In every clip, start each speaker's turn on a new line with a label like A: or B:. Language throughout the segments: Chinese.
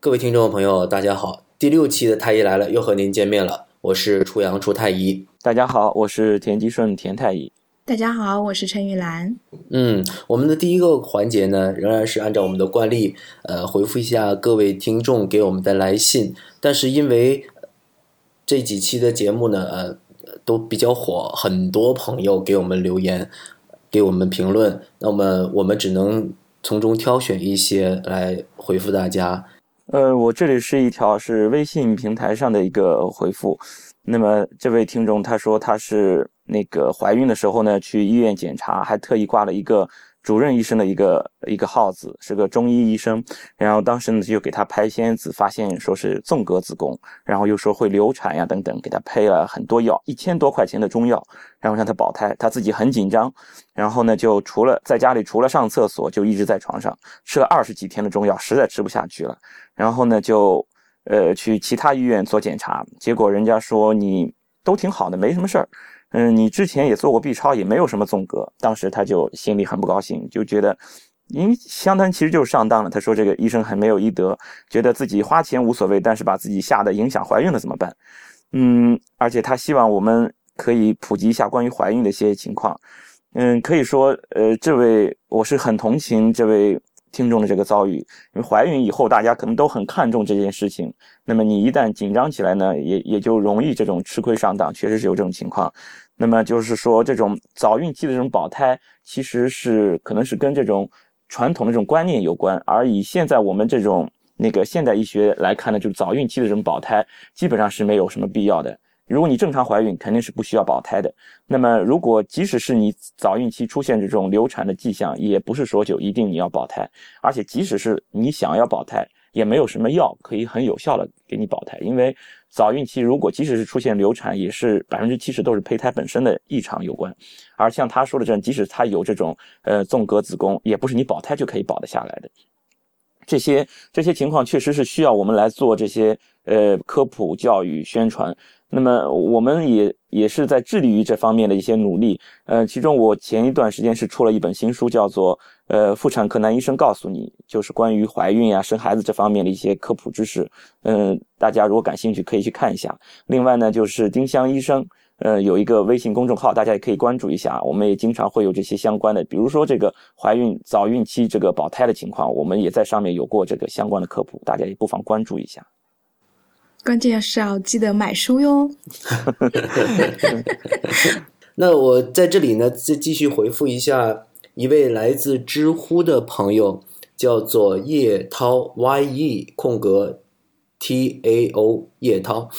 A: 各位听众朋友，大家好！第六期的太医来了又和您见面了，我是初阳初太医。
B: 大家好，我是田吉顺田太医。
C: 大家好，我是陈玉兰。
A: 嗯，我们的第一个环节呢，仍然是按照我们的惯例，呃，回复一下各位听众给我们的来信。但是因为呃这几期的节目呢，呃，都比较火，很多朋友给我们留言，给我们评论，那么我们只能从中挑选一些来回复大家。
B: 呃，我这里是一条是微信平台上的一个回复。那么这位听众他说他是那个怀孕的时候呢，去医院检查，还特意挂了一个主任医生的一个一个号子，是个中医医生。然后当时呢就给他拍仙子，发现说是纵隔子宫，然后又说会流产呀等等，给他配了很多药，一千多块钱的中药，然后让他保胎。他自己很紧张，然后呢就除了在家里除了上厕所，就一直在床上吃了二十几天的中药，实在吃不下去了。然后呢就呃去其他医院做检查，结果人家说你都挺好的，没什么事儿。嗯，你之前也做过 B 超，也没有什么纵隔。当时他就心里很不高兴，就觉得，因为相当于其实就是上当了。他说这个医生很没有医德，觉得自己花钱无所谓，但是把自己吓得影响怀孕了怎么办？嗯，而且他希望我们可以普及一下关于怀孕的一些情况。嗯，可以说，呃，这位我是很同情这位听众的这个遭遇，因为怀孕以后大家可能都很看重这件事情，那么你一旦紧张起来呢，也也就容易这种吃亏上当，确实是有这种情况。那么就是说，这种早孕期的这种保胎，其实是可能是跟这种传统的这种观念有关，而以现在我们这种那个现代医学来看呢，就是早孕期的这种保胎，基本上是没有什么必要的。如果你正常怀孕，肯定是不需要保胎的。那么，如果即使是你早孕期出现这种流产的迹象，也不是说就一定你要保胎，而且即使是你想要保胎，也没有什么药可以很有效的给你保胎，因为早孕期如果即使是出现流产，也是百分之七十都是胚胎本身的异常有关。而像他说的这样，即使他有这种呃纵隔子宫，也不是你保胎就可以保得下来的。这些这些情况确实是需要我们来做这些呃科普教育宣传。那么我们也也是在致力于这方面的一些努力。呃，其中我前一段时间是出了一本新书，叫做《呃妇产科男医生告诉你》，就是关于怀孕呀、生孩子这方面的一些科普知识。嗯、大家如果感兴趣，可以去看一下。另外呢，就是丁香医生，呃，有一个微信公众号，大家也可以关注一下。我们也经常会有这些相关的，比如说这个怀孕、早孕期这个保胎的情况，我们也在上面有过这个相关的科普，大家也不妨关注一下。
C: 关键是要记得买书哟。
A: 那我在这里呢，再继续回复一下一位来自知乎的朋友，叫做叶涛 Y E 空格 T A O 叶涛。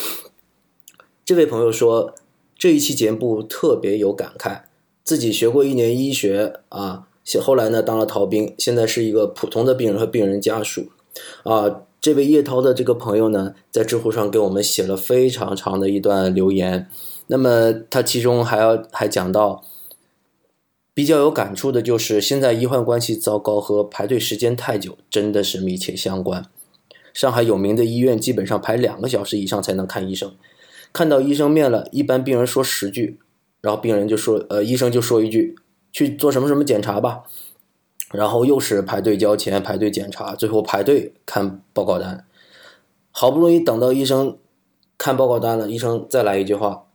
A: 这位朋友说，这一期节目特别有感慨，自己学过一年医学啊，后来呢当了逃兵，现在是一个普通的病人和病人家属。啊，这位叶涛的这个朋友呢，在知乎上给我们写了非常长的一段留言。那么他其中还要还讲到，比较有感触的就是现在医患关系糟糕和排队时间太久真的是密切相关。上海有名的医院基本上排两个小时以上才能看医生，看到医生面了，一般病人说十句，然后病人就说呃医生就说一句去做什么什么检查吧，然后又是排队交钱、排队检查，最后排队看报告单。好不容易等到医生看报告单了，医生再来一句话：“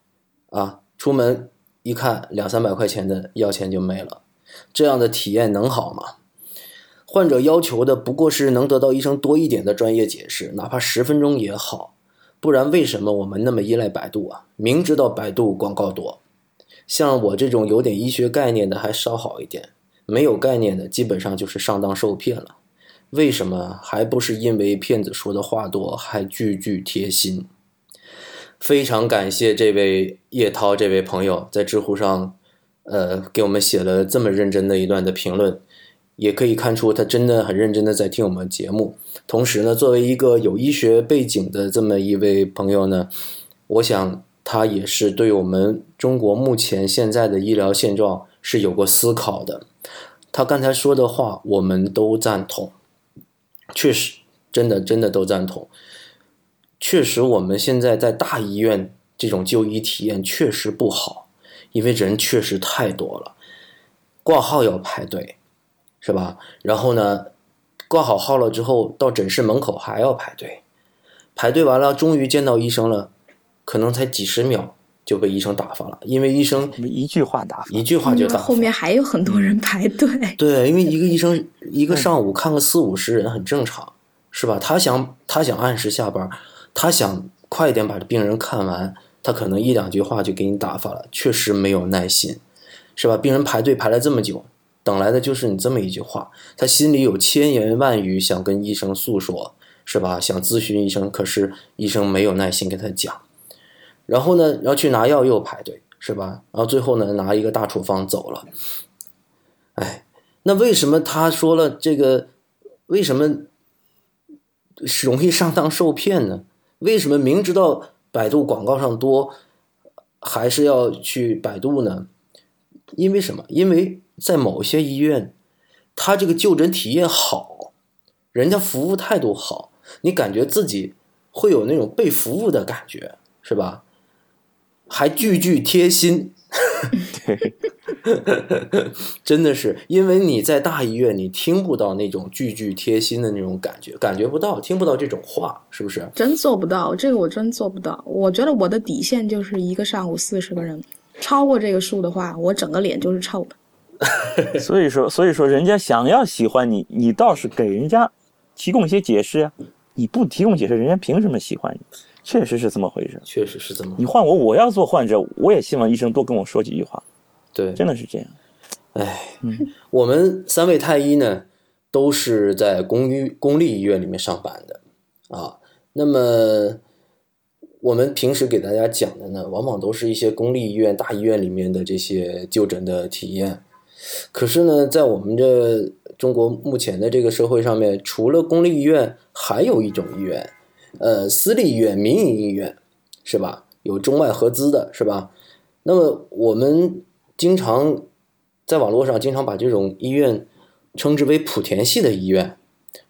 A: 啊，出门一看两三百块钱的药钱就没了，这样的体验能好吗？患者要求的不过是能得到医生多一点的专业解释，哪怕十分钟也好，不然为什么我们那么依赖百度啊？明知道百度广告多，像我这种有点医学概念的还稍好一点，没有概念的基本上就是上当受骗了。为什么？还不是因为骗子说的话多，还句句贴心。非常感谢这位叶涛这位朋友在知乎上，呃，给我们写了这么认真的一段的评论，也可以看出他真的很认真的在听我们节目。同时呢，作为一个有医学背景的这么一位朋友呢，我想他也是对我们中国目前现在的医疗现状是有过思考的。他刚才说的话，我们都赞同，确实，真的真的都赞同。确实，我们现在在大医院这种就医体验确实不好，因为人确实太多了，挂号要排队，是吧？然后呢，挂好号了之后，到诊室门口还要排队，排队完了，终于见到医生了，可能才几十秒就被医生打发了，因为医生
B: 一句话打发。
A: 一句话就
C: 嗯
A: 打发
C: 后。面还有很多人排队。
A: 对，因为一个医生一个上午看个四五十人很正常，是吧？他想他想按时下班，他想快一点把病人看完，他可能一两句话就给你打发了，确实没有耐心，是吧？病人排队排了这么久，等来的就是你这么一句话，他心里有千言万语想跟医生诉说，是吧？想咨询医生，可是医生没有耐心跟他讲。然后呢，要去拿药又排队，是吧？然后最后呢，拿一个大处方走了。哎，那为什么他说了这个，为什么是容易上当受骗呢？为什么明知道百度广告上多，还是要去百度呢？因为什么？因为在某些医院，他这个就诊体验好，人家服务态度好，你感觉自己会有那种被服务的感觉，是吧？还句句贴心，
B: 对，
A: 真的是，因为你在大医院，你听不到那种句句贴心的那种感觉，感觉不到，听不到这种话，是不是？
C: 真做不到，这个我真做不到。我觉得我的底线就是一个上午四十个人，超过这个数的话，我整个脸就是臭的。
B: 所以说所以说人家想要喜欢你，你倒是给人家提供一些解释啊，你不提供解释，人家凭什么喜欢你？确实是这么回事。
A: 确实是这么
B: 你。换我，我要做患者，我也希望医生多跟我说几句话，
A: 对，
B: 真的是这样。
A: 哎，我们三位太医呢，都是在公医公立医院里面上班的啊。那么我们平时给大家讲的呢，往往都是一些公立医院、大医院里面的这些就诊的体验。可是呢，在我们这中国目前的这个社会上面，除了公立医院，还有一种医院，呃，私立医院、民营医院，是吧？有中外合资的，是吧？那么我们经常在网络上经常把这种医院称之为莆田系的医院。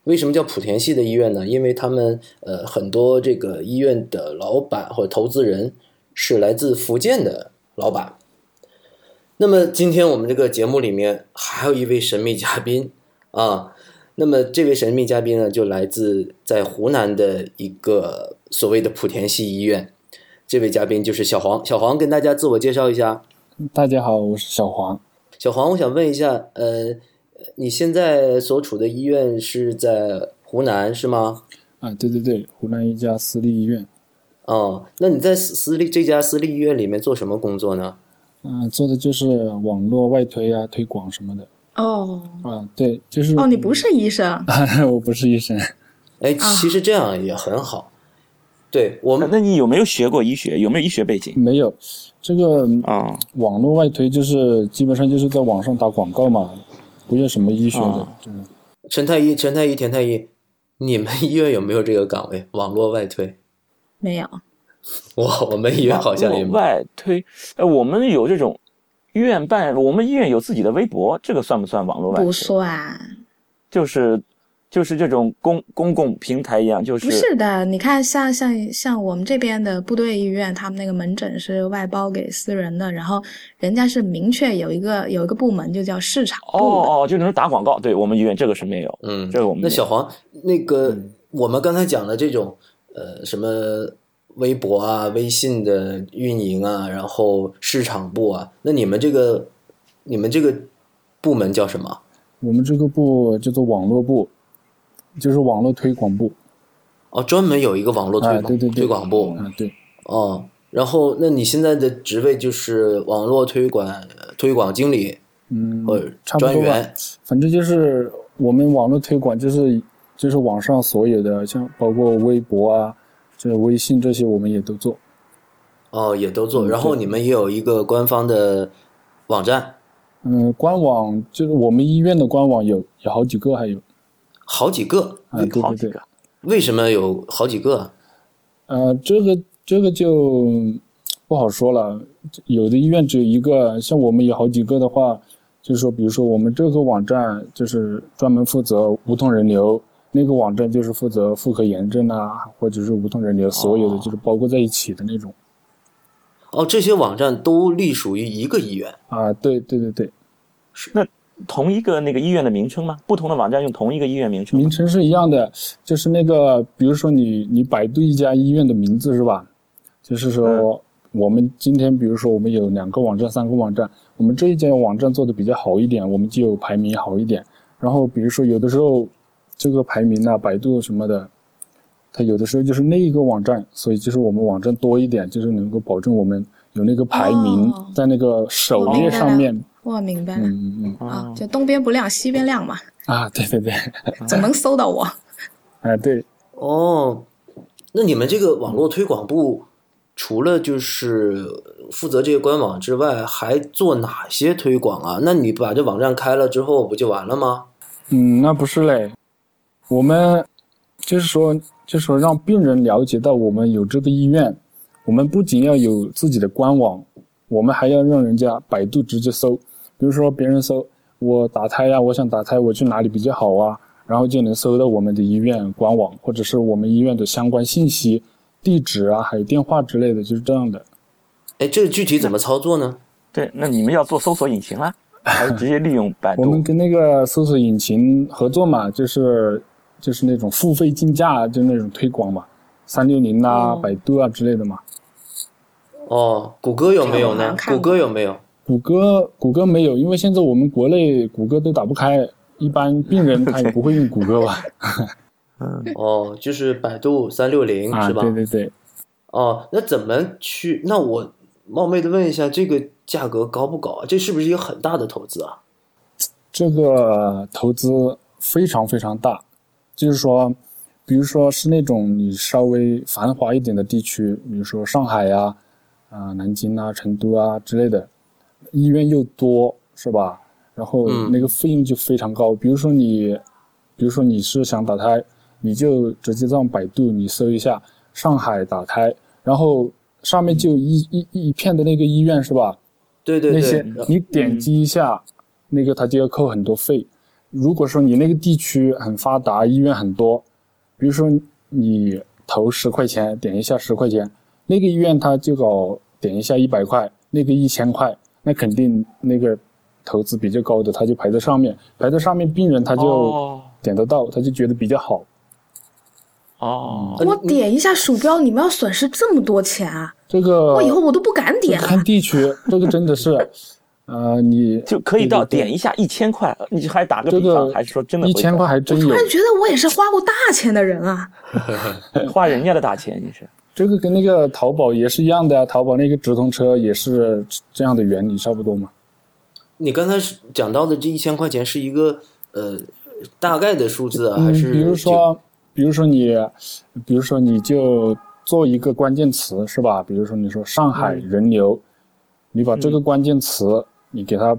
A: 为什么叫莆田系的医院呢？因为他们呃很多这个医院的老板或者投资人是来自福建的老板。那么今天我们这个节目里面还有一位神秘嘉宾啊，那么这位神秘嘉宾呢就来自在湖南的一个所谓的莆田系医院。这位嘉宾就是小黄，小黄跟大家自我介绍一下。
D: 大家好，我是小黄。
A: 小黄，我想问一下，呃，你现在所处的医院是在湖南是吗？
D: 啊，对对对，湖南一家私立医院，
A: 哦，那你在私私立这家私立医院里面做什么工作呢？
D: 嗯、做的就是网络外推啊、推广什么的。
C: 哦
D: 啊，对，就是
C: 哦，你不是医生，
D: 啊， 我不是医生，
A: 哎，
C: 啊
A: 其实这样也很好。对我们，
B: 那你有没有学过医学？有没有医学背景？
D: 没有这个
B: 啊、
D: 网络外推，就是基本上就是在网上打广告嘛，不是什么医学的
B: 啊，
D: 就是
A: 陈太医、陈太医、田太医，你们 医院有没有这个岗位？网络外推？
C: 没有。
A: 哇，我们医院好像也
B: 往
A: 没。
B: 外推。呃，我们有这种院办，我们医院有自己的微博，这个算不算网络外推？
C: 不算，
B: 就是就是这种公公共平台一样，就是
C: 不是的。你看像，像像我们这边的部队医院，他们那个门诊是外包给私人的，然后人家是明确有一个有一个部门就叫市场部门。
B: 哦哦，就那种打广告。对我们医院这个是没有，
A: 嗯，
B: 这个我们
A: 那小黄，那个
D: 嗯
A: 我们刚才讲的这种呃什么微博啊、微信的运营啊，然后市场部啊，那你们这个你们这个部门叫什么？
D: 我们这个部叫做网络部，就是网络推广部
A: 哦，专门有一个网络推
D: 啊，
A: 广、
D: 对对对，
A: 推广部
D: 啊，对，
A: 哦。然后，那你现在的职位就是网络推广呃推广经理
D: 嗯，
A: 或者
D: 差不
A: 呃专
D: 多吧
A: 员。。
D: 反正就是我们网络推广，就是就是网上所有的，像包括微博啊、这微信这些，我们也都做。
A: 哦，也都做。
D: 嗯
A: 然后
D: 对
A: 你们也有一个官方的网站，
D: 嗯，官网就是我们医院的官网有有好几个，还有
A: 好几个。
D: 啊，对
B: 好
D: 对
B: 几
D: 对
B: 个，。
A: 为什么有好几个啊？
D: 呃，这个这个就嗯不好说了，有的医院只有一个，像我们有好几个的话，就是说，比如说我们这个网站就是专门负责无痛人流，那个网站就是负责妇科炎症啊，或者是无痛人流，所
B: 哦
D: 有的就是包括在一起的那种。
A: 哦，这些网站都隶属于一个医院。
D: 啊，对对对对，
B: 同一个那个医院的名称吗？不同的网站用同一个医院名称吗？
D: 名称是一样的，就是那个，比如说你你百度一家医院的名字是吧？就是说我们今天，比如说我们有两个网站、三个网站，我们这一家网站做的比较好一点，我们就排名好一点。然后比如说有的时候这个排名啊，百度什么的，它有的时候就是那一个网站，所以就是我们网站多一点，就是能够保证我们有那个排名
C: 哦
D: 在那个首页上面。
C: 我明白了
D: 嗯嗯嗯
C: 啊
B: 啊，，
C: 就东边不亮西边亮嘛，
D: 啊，对对对，
C: 总能搜到我。
D: 啊对，
A: 哦，那你们这个网络推广部除了就是负责这些官网之外，还做哪些推广啊？那你把这网站开了之后，不就完了吗？
D: 嗯，那不是嘞，我们就是说，就是说让病人了解到我们有这个医院，我们不仅要有自己的官网，我们还要让人家百度直接搜，比如说别人搜我打胎呀、我想打胎，我去哪里比较好啊，然后就能搜到我们的医院官网或者是我们医院的相关信息、地址啊，还有电话之类的，就是这样的。
A: 哎，这具体怎么操作呢？
B: 对，那你们要做搜索引擎 啦，还是直接利用百
D: 我们
B: 度？
D: 跟那个搜索引擎合作嘛，就是就是那种付费竞价，就那种推广嘛，三六零啊、
C: 哦
D: 百度啊之类的嘛。
A: 哦，谷歌有没有
C: 这个我好
A: 呢
C: 像？看
A: 谷
C: 过
A: 歌有没有？
D: 谷歌谷歌没有，因为现在我们国内谷歌都打不开，一般病人他也不会用谷歌 吧？
A: 哦，就是百度三六零嗯
D: 啊，
A: 是吧？
D: 对对对，
A: 哦，那怎么去？那我冒昧的问一下，这个价格高不高啊？这是不是一个很大的投资啊？
D: 这个投资非常非常大，就是说，比如说是那种你稍微繁华一点的地区，比如说上海呀、啊、南京啊、成都啊之类的，医院又多，是吧？然后
A: 嗯
D: 那个费用就非常高。比如说你，比如说你是想打胎，你就直接上百度你搜一下上海打胎，然后上面就一一一一片的那个医院是吧？
A: 对对
D: 那
A: 对
D: 些，你点击一下，那个它就要扣很多费。如果说你那个地区很发达，医院很多，比如说你投十块钱点一下十块钱，那个医院它就搞点一下一百块，那个一千块，那肯定那个投资比较高的，它就排在上面，排在上面，病人他就
B: 哦
D: 点得到，他就觉得比较好。
B: 哦，
D: 呃
A: 嗯
C: 我点一下鼠标，你们要损失这么多钱啊！
D: 这个
C: 我以后我都不敢
D: 这
C: 点啊
D: 个呃看
C: 了。
D: 地区，这个真的是，呃，你
B: 就可以到
D: 对对对
B: 点一下一千块，你还打个
D: 这
B: 比方，
D: 个
B: 还是说真的
D: 一
B: 会
D: 千块还真
C: 突
D: 有
C: 然。觉得我也是花过大钱的人啊！
B: 花人家的大钱？你是
D: 这个跟那个淘宝也是一样的啊，淘宝那个直通车也是这样的原理，差不多嘛。
A: 你刚才是讲到的这一千块钱是一个呃大概的数字啊，还是
D: 嗯比如
A: 这
D: 说，比如说你，比如说你就做一个关键词是吧？比如说你说上海
A: 嗯
D: 人流，你把这个关键词你给它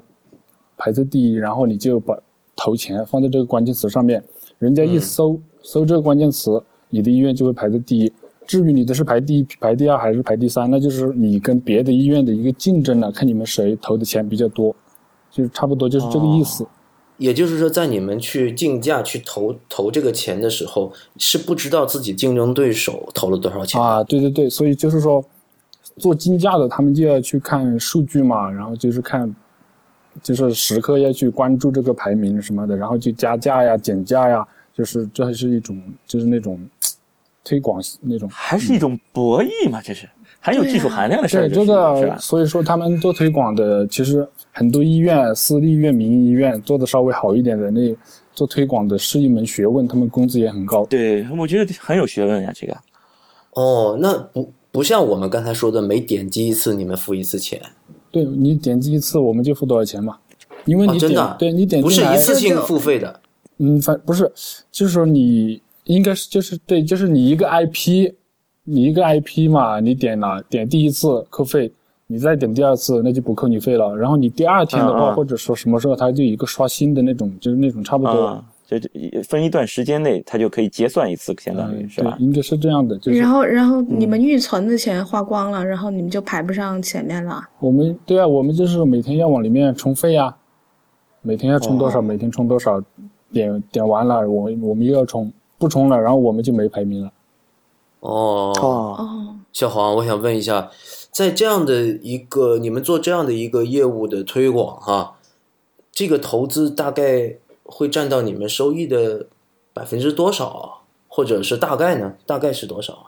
D: 排在第一，然后你就把投钱放在这个关键词上面，人
A: 嗯
D: 家一搜、搜这个关键词，你的医院就会排在第一。至于你的是排第一、排第二还是排第三，那就是你跟别的医院的一个竞争了，看你们谁投的钱比较多，就差不多就是这个意思。
A: 也就是说，在你们去竞价去投投这个钱的时候，是不知道自己竞争对手投了多少钱。
D: 啊，对对对，所以就是说，做竞价的他们就要去看数据嘛，然后就是看，就是时刻要去关注这个排名什么的，然后就加价呀、减价呀，就是这是一种就是那种推广那种。
B: 还是一种博弈嘛？这是很有技术含量的事儿，
D: 对啊这
B: 是是
D: 个，
B: 吧？
D: 所以说他们做推广的，其实很多医院、私立医院、民营医院做的稍微好一点的，那做推广的是一门学问，他们工资也很高。
B: 对，我觉得很有学问呀、啊这个
A: 哦，那不不像我们刚才说的，每点击一次你们付一次钱，
D: 对你点击一次，我们就付多少钱嘛？因为
A: 啊
D: 你
A: 真
D: 点，
A: 的啊
D: 对你点
A: 不
D: 进
A: 是
D: 来
A: 一次性付费的。
D: 嗯，反不是，就是说你应该是就是对，就是你一个 IP，你一个 IP 嘛，你点了点第一次扣费，你再点第二次那就不扣你费了。然后你第二天的话，
B: 嗯嗯
D: 或者说什么时候它就有一个刷新的那种，就是那种差不多，
B: 啊，就就分一段时间内，它就可以结算一次，相当于
D: 嗯，
B: 是
D: 对
B: 吧，？
D: 应该是这样的。就是嗯
C: 然后，然后你们预存的钱花光了，然后你们就排不上前面了。
D: 我们对啊，我们就是每天要往里面充费呀、每天要充多少，
B: 哦
D: 每天充多少，点点完了，我我们又要充，不充了，然后我们就没排名了。
B: 哦，
C: 哦，
A: 小黄，我想问一下，在这样的一个你们做这样的一个业务的推广哈、这个投资大概会占到你们收益的百分之多少啊，或者是大概呢？大概是多少啊？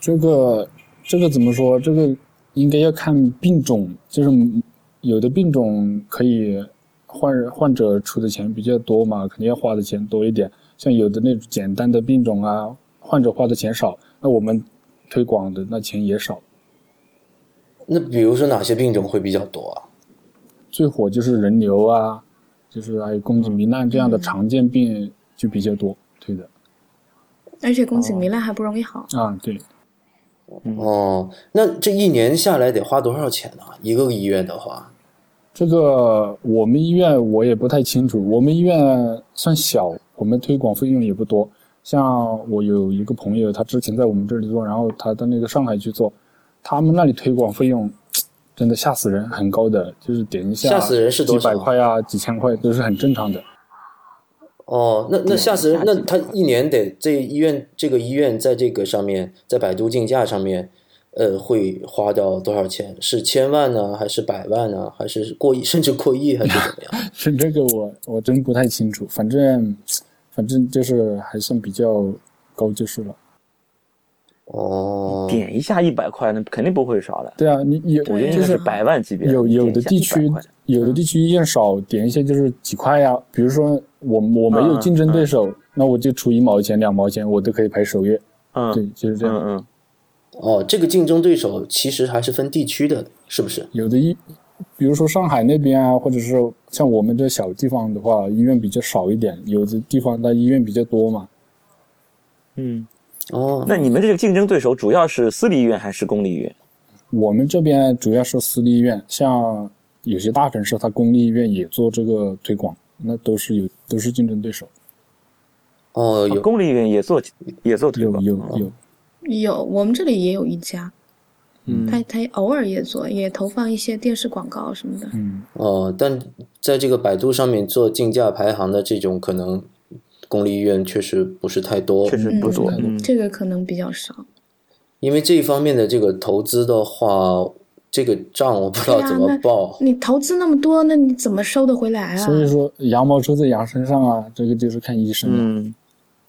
D: 这个这个怎么说？这个应该要看病种，就是有的病种可以患患者出的钱比较多嘛，肯定要花的钱多一点。像有的那种简单的病种啊，患者花的钱少，那我们推广的那钱也少。
A: 那比如说哪些病种会比较多啊？
D: 最火就是人流啊，就是还有宫颈糜烂这样的常见病就比较多推的
C: 而且宫颈糜烂还不容易好。
D: 啊，对。
A: 哦，那这一年下来得花多少钱呢、一个医院的话，
D: 这个我们医院我也不太清楚，我们医院算小，我们推广费用也不多。像我有一个朋友，他之前在我们这里做，然后他到那个上海去做，他们那里推广费用真的吓死人，很高的，就是点一下
A: 吓死人是多
D: 几
A: 少啊
D: 百块啊，几千块都是很正常的。
A: 哦，那那
B: 对
A: 吓死人！
B: 吓
A: 那
B: 死人
A: 他一年得这医院这个医院在这个上面，在百度竞价上面，呃，会花到多少钱？是千万呢，还是百万呢，还是过亿，甚至过亿，还是怎么样？
D: 是这个我我真不太清楚，反正反正就是还算比较高就是了。
A: 哦，
B: 点一下一百块，那肯定不会少的。
D: 对啊，你有
B: 我觉得
C: 对
B: 应
D: 就
B: 该是
D: 是
B: 百万级别，
D: 有有
B: 点
D: 的
B: 一下
D: 地区
B: 100块嗯
D: 有的地区医院少点一些就是几块呀、比如说我我没
B: 嗯
D: 有竞争对手，那我就出一毛钱两毛钱，我都可以排首页。
B: 嗯，
D: 对，就是这样。
B: 嗯嗯，
A: 哦，这个竞争对手其实还是分地区的，是不是？
D: 有的医，比如说上海那边啊，或者是像我们这小地方的话，医院比较少一点，有的地方它医院比较多嘛。
B: 嗯，
A: 哦，
B: 那你们这个竞争对手主要是私立医院还是公立医院？
D: 我们这边主要是私立医院，像有些大城市，它公立医院也做这个推广，那都是有都是竞争对手，
A: 哦，有
B: 公立医院也做也做推
D: 有
B: 广，
D: 有
B: 嗯
D: 有，
C: 有，我们这里也有一家，
B: 嗯
C: 他他偶尔也做，也投放一些电视广告什么的。
D: 嗯，
A: 哦，但在这个百度上面做竞价排行的这种，可能公立医院确实不是太多，
B: 确实不错，嗯
D: 嗯
C: 这个可能比较少。
A: 因为这一方面的这个投资的话，这个账我不知道
C: 对啊
A: 怎么
C: 那
A: 报。
C: 你投资那么多，那你怎么收得回来啊？
D: 所以说羊毛出在羊身上啊，这个就是看医生了。
B: 嗯，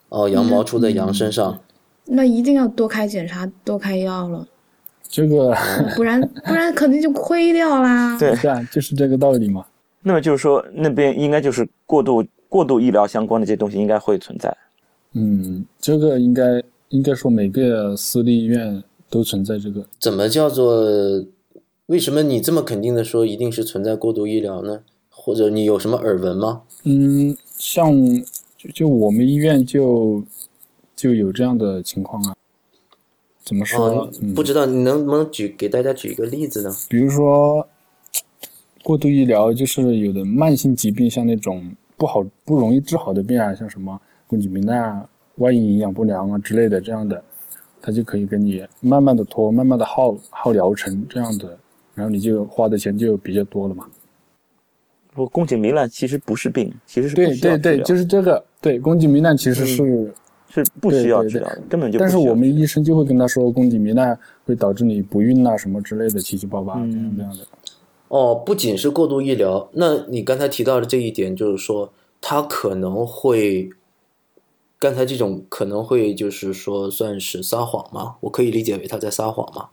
A: 哦，羊毛出在羊
C: 嗯
A: 身上，
C: 那一定要多开检查，多开药了，
D: 这个
C: 不然不然肯定就亏掉啦。
B: 对
D: 是啊，就是这个道理嘛。
B: 那么就是说那边应该就是过度过度医疗相关的这些东西应该会存在，
D: 嗯，这个应该应该说每个私立医院都存在这个，
A: 怎么叫做？为什么你这么肯定的说一定是存在过度医疗呢？或者你有什么耳闻吗？
D: 嗯，像就就我们医院就就有这样的情况啊。怎么说呢？
A: 哦，
D: 嗯
A: 不知道，你能不能举给大家举一个例子呢？
D: 比如说过度医疗，就是有的慢性疾病，像那种不好不容易治好的病啊，像什么宫颈糜烂啊、外阴营养不良啊之类的这样的，它就可以给你慢慢的拖，慢慢的耗耗疗程这样的，然后你就花的钱就比较多了嘛。
B: 说宫颈糜烂其实不是病，其实是不
D: 对
B: 需要
D: 对
B: 治
D: 对，
B: 疗，
D: 就是这个。对，宫颈糜烂其实是，
B: 是不需要
D: 对对
B: 治疗的，根本就不
D: 但是
B: 需要
D: 我们
B: 治疗
D: 医生就会跟他说，宫颈糜烂会导致你不孕啊什么之类的七七八八这样这样的。
A: 哦，不仅是过度医疗，那你刚才提到的这一点，就是说它可能会，刚才这种可能会就是说算是撒谎吗？我可以理解为他在撒谎吗？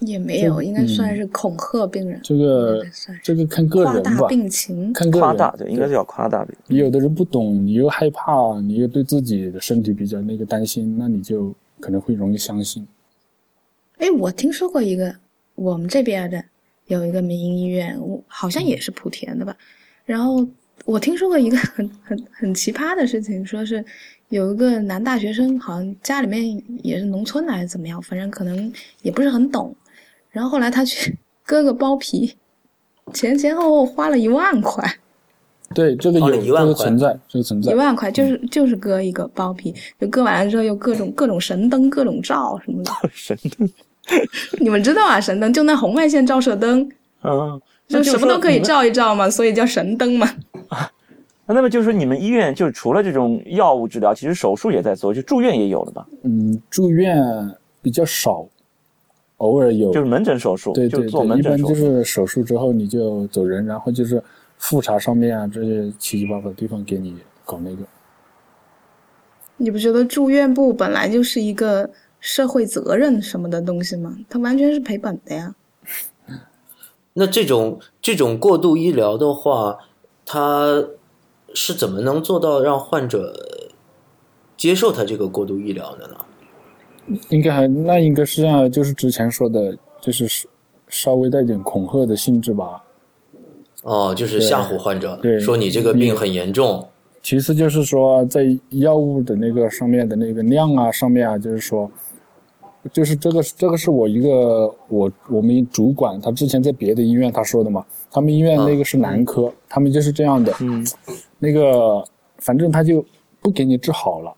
C: 也没有，应该
D: 嗯
C: 算是恐吓病人，
D: 这个
C: 应该算是
D: 这个看个
C: 夸
D: 人
C: 大
D: 吧，
C: 病情。
D: 看个人。
B: 夸大，对，应该叫夸大病，
D: 你有的人不懂，你又害怕，你又对自己的身体比较那个担心，那你就可能会容易相信。
C: 哎，我听说过一个，我们这边的有一个民营医院，我好像也是莆田的吧。然后我听说过一个 很很很奇葩的事情，说是有一个男大学生，好像家里面也是农村的还是怎么样，反正可能也不是很懂。然后后来他去 割个包皮，前前后后花了一万块，
D: 对，这个
A: 花
B: 哦
D: 有
A: 了一万
D: 这个
A: 块
D: 存在，这个存在
C: 一。万块就是就是割一个包皮，就割完了之后又各种各种神灯、各种照什么的。
B: 神
C: 你们知道啊，神灯就那红外线照射灯，
B: 嗯，那就
C: 就
B: 是
C: 什么都可以
B: 说
C: 照一照嘛，所以叫神灯嘛。
B: 那么就是说，你们医院就除了这种药物治疗，其实手术也在做，就住院也有了吧？
D: 嗯，住院比较少，偶尔有。
B: 就是门诊手术，
D: 对
B: 就
D: 哦对
B: 是做
D: 对，
B: 门
D: 一
B: 诊
D: 般
B: 手
D: 就
B: 术。
D: 是手术之后你就走人，然后就是复查上面啊这些七七八八的地方给你搞那个。
C: 你不觉得住院部本来就是一个社会责任什么的东西吗？它完全是赔本的呀。
A: 那这种这种过度医疗的话，它是怎么能做到让患者接受它这个过度医疗的呢？
D: 应该还那应该是像就是之前说的，就是稍稍微带点恐吓的性质吧。
A: 哦，就是吓唬患者
D: 对，嗯
A: 说你这个病很严重。
D: 其次就是说，在药物的那个上面的那个量啊上面啊，就是说，就是这个这个是我一个我我们主管他之前在别的医院他说的嘛，他们医院那个是男科，他们就是这样的，
B: 嗯，
D: 那个反正他就不给你治好了，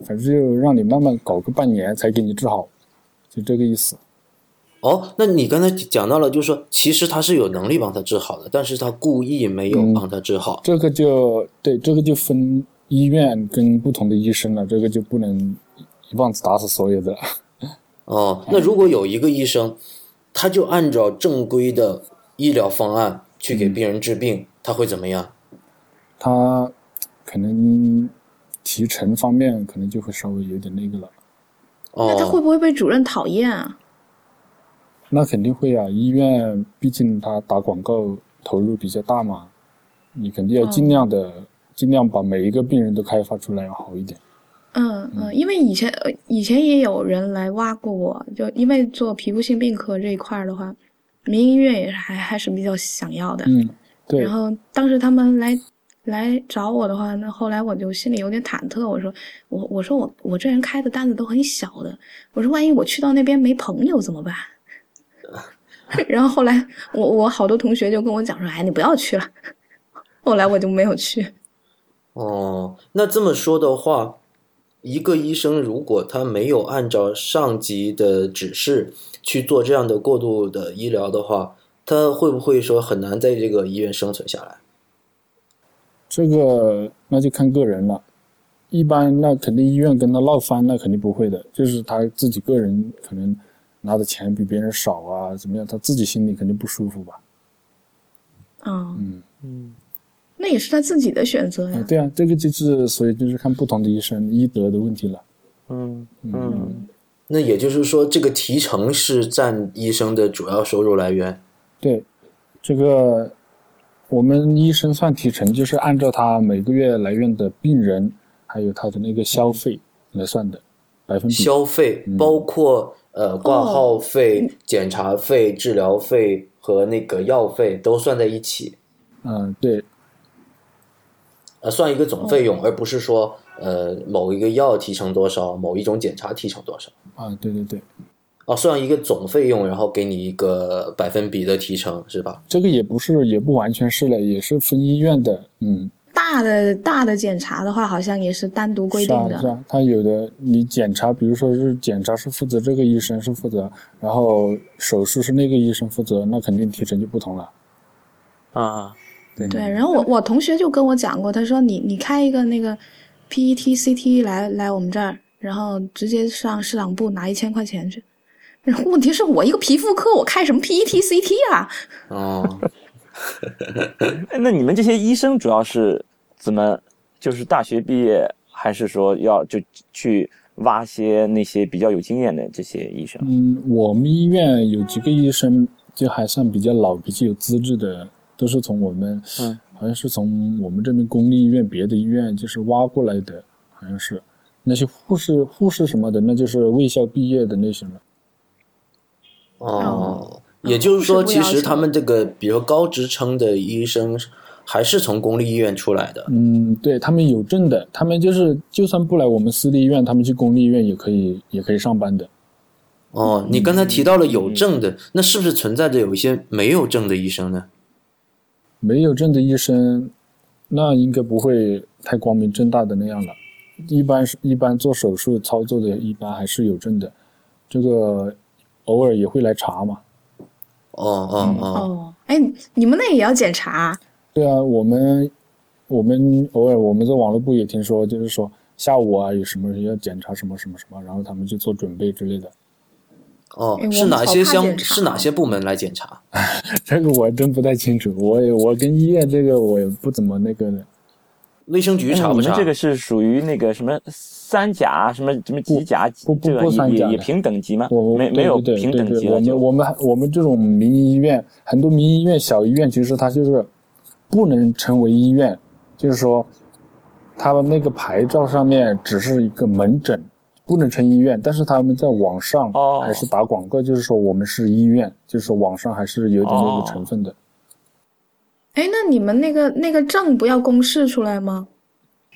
D: 反正就让你慢慢搞个半年才给你治好，就这个意思。
A: 哦，那你刚才讲到了，就是说其实他是有能力帮他治好的，但是他故意没
D: 嗯
A: 有帮他治好。
D: 这个就对，这个就分医院跟不同的医生了，这个就不能一棒子打死所有的了。
A: 哦，那如果有一个医生，他就按照正规的医疗方案去
D: 嗯
A: 给病人治病，他会怎么样？
D: 他可能提成方面可能就会稍微有点那个了。
A: 哦，
C: 那他会不会被主任讨厌啊？
D: 那肯定会啊，医院毕竟他打广告投入比较大嘛，你肯
C: 嗯
D: 定要尽量的、尽量把每一个病人都开发出来要好一点。
C: 嗯嗯，因为以前呃以前也有人来挖过我，就因为做皮肤性病科这一块儿的话，民营医院也是还还是比较想要的。
D: 嗯，对
C: 然，后当时他们来来找我的话，那后来我就心里有点忐忑，我说我我说我我这人开的单子都很小的，我说万一我去到那边没朋友怎么办？ 然后后来我我好多同学就跟我讲说，哎，你不要去了。后来我就没有去。
A: 哦，那这么说的话，一个医生如果他没有按照上级的指示去做这样的过度的医疗的话，他会不会说很难在这个医院生存下来？
D: 这个那就看个人了。一般那肯定医院跟他闹翻，那肯定不会的，就是他自己个人可能拿的钱比别人少啊，怎么样，他自己心里肯定不舒服吧？
C: 嗯，
D: 嗯。
C: 那也是他自己的选择
D: 哎，
C: 呀。
D: 对啊，这个就是所以就是看不同的医生医德的问题了。
B: 嗯
D: 嗯
B: 嗯，
A: 那也就是说，这个提成是占医生的主要收入来源。
D: 对，这个我们医生算提成，就是按照他每个月来院的病人，还有他的那个消费来算的，百分比。
A: 消费包括呃挂号费、检查费、治疗费和那个药费都算在一起，
D: 嗯，对，
A: 呃，算一个总费
C: 嗯
A: 用，而不是说呃某一个药提成多少，某一种检查提成多少。
D: 啊，对对对，
A: 啊，算一个总费用，然后给你一个百分比的提成，是吧？
D: 这个也不是也不完全是嘞，也是分医院的。嗯，
C: 大的大的检查的话，好像也是单独规
D: 是
C: 定
D: 啊是
C: 的。
D: 啊，他有的你检查，比如说是检查是负责这个医生是负责，然后手术是那个医生负责，那肯定提成就不同了。
B: 啊，
D: 对
C: 对，然后我我同学就跟我讲过，他说你你开一个那个 E PET CT 来来我们这儿，然后直接上市场部拿一千块钱去。 然后问题是我一个皮肤科，我开什么 PET CT 啊？
A: 哦，
B: 哎那你们这些医生主要是怎么，就是大学毕业，还是说要就去挖些那些比较有经验的这些医生？
D: 嗯，我们医院有几个医生就还算比较老、比较有资质的，都是从我们，
B: 嗯
D: 好像是从我们这边公立医院、别的医院就是挖过来的，好像是。那些护士、护士什么的，那就是卫校毕业的那些了。
A: 哦，也就是说，
C: 嗯是不
A: 其
C: 要
A: 实他
C: 求
A: 们这个，比如说高职称的医生，还是从公立医院出来的。
D: 嗯，对他们有证的，他们就是就算不来我们私立医院，他们去公立医院也可以，也可以上班的。
A: 哦，你刚才提到了有证
C: 嗯
A: 的，那是不是存在着有一些没有证的医生呢？
D: 没有证的医生，那应该不会太光明正大的那样了。一般是一般做手术操作的，一般还是有证的。这个偶尔也会来查嘛。
A: 哦哦哦，
C: 哦，哎，你们那也要检查啊？
D: 对啊，我们我们偶尔我们在网络部也听说，就是说下午啊有什么人要检查什么什么什么，然后他们就做准备之类的。
A: 哦
C: 哎，我
A: 是
C: 们
A: 哪
C: 好
A: 些
C: 怕检
A: 相
C: 查啊
A: 是哪些部门来检查？
D: 这个我还真不太清楚，我也我跟医院这个我也不怎么那个的。
A: 卫生局查
B: 哎你
A: 不
B: 们
A: 查？
B: 这个是属于那个什么三甲啊什么什么几甲，
D: 不不
B: 这个
D: 不三
B: 也
D: 甲
B: 也也
D: 的
B: 平等级吗
D: 我？我
B: 没
D: 对
B: 没有
D: 对对
B: 平
D: 对
B: 等
D: 对
B: 级
D: 我
B: 了
D: 们
B: 就。
D: 我们还我们这种民营医院，很多民营医院小医院，其实它就是不能成为医院，就是说，他们那个牌照上面只是一个门诊，不能成医院，但是他们在网上
B: 哦
D: 还是打广告，就是说我们是医院，就是网上还是有点
B: 哦
D: 那个成分的。
C: 哎，那你们那个那个证不要公示出来吗？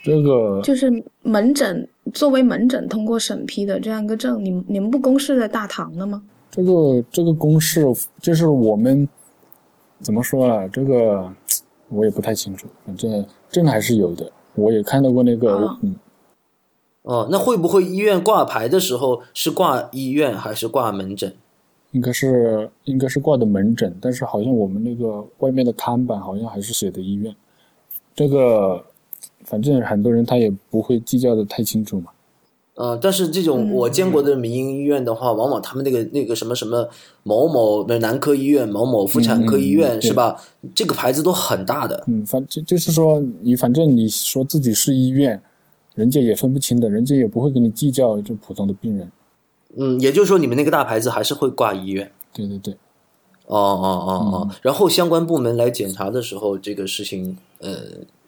D: 这个
C: 就是门诊作为门诊通过审批的这样一个证，你们你们不公示在大堂的吗？
D: 这个这个公式，就是我们怎么说啊？这个我也不太清楚，反正证还是有的，我也看到过那个，
C: 哦
D: 嗯，
A: 哦，那会不会医院挂牌的时候是挂医院还是挂门诊？
D: 应该是应该是挂的门诊，但是好像我们那个外面的看板好像还是写的医院。这个反正很多人他也不会计较的太清楚嘛。
A: 呃，但是这种
C: 嗯
A: 我见过的民营医院的话，往往他们那个那个什么什么某某不是男科医院、某某妇产科医
D: 嗯嗯
A: 院
D: 嗯
A: 是吧？这个牌子都很大的。
D: 嗯，反正就是说你反正你说自己是医院，人家也分不清的，人家也不会跟你计较，就普通的病人。
A: 嗯，也就是说你们那个大牌子还是会挂医院。
D: 对对对，
A: 哦哦哦哦，
D: 嗯
A: 然后相关部门来检查的时候，这个事情呃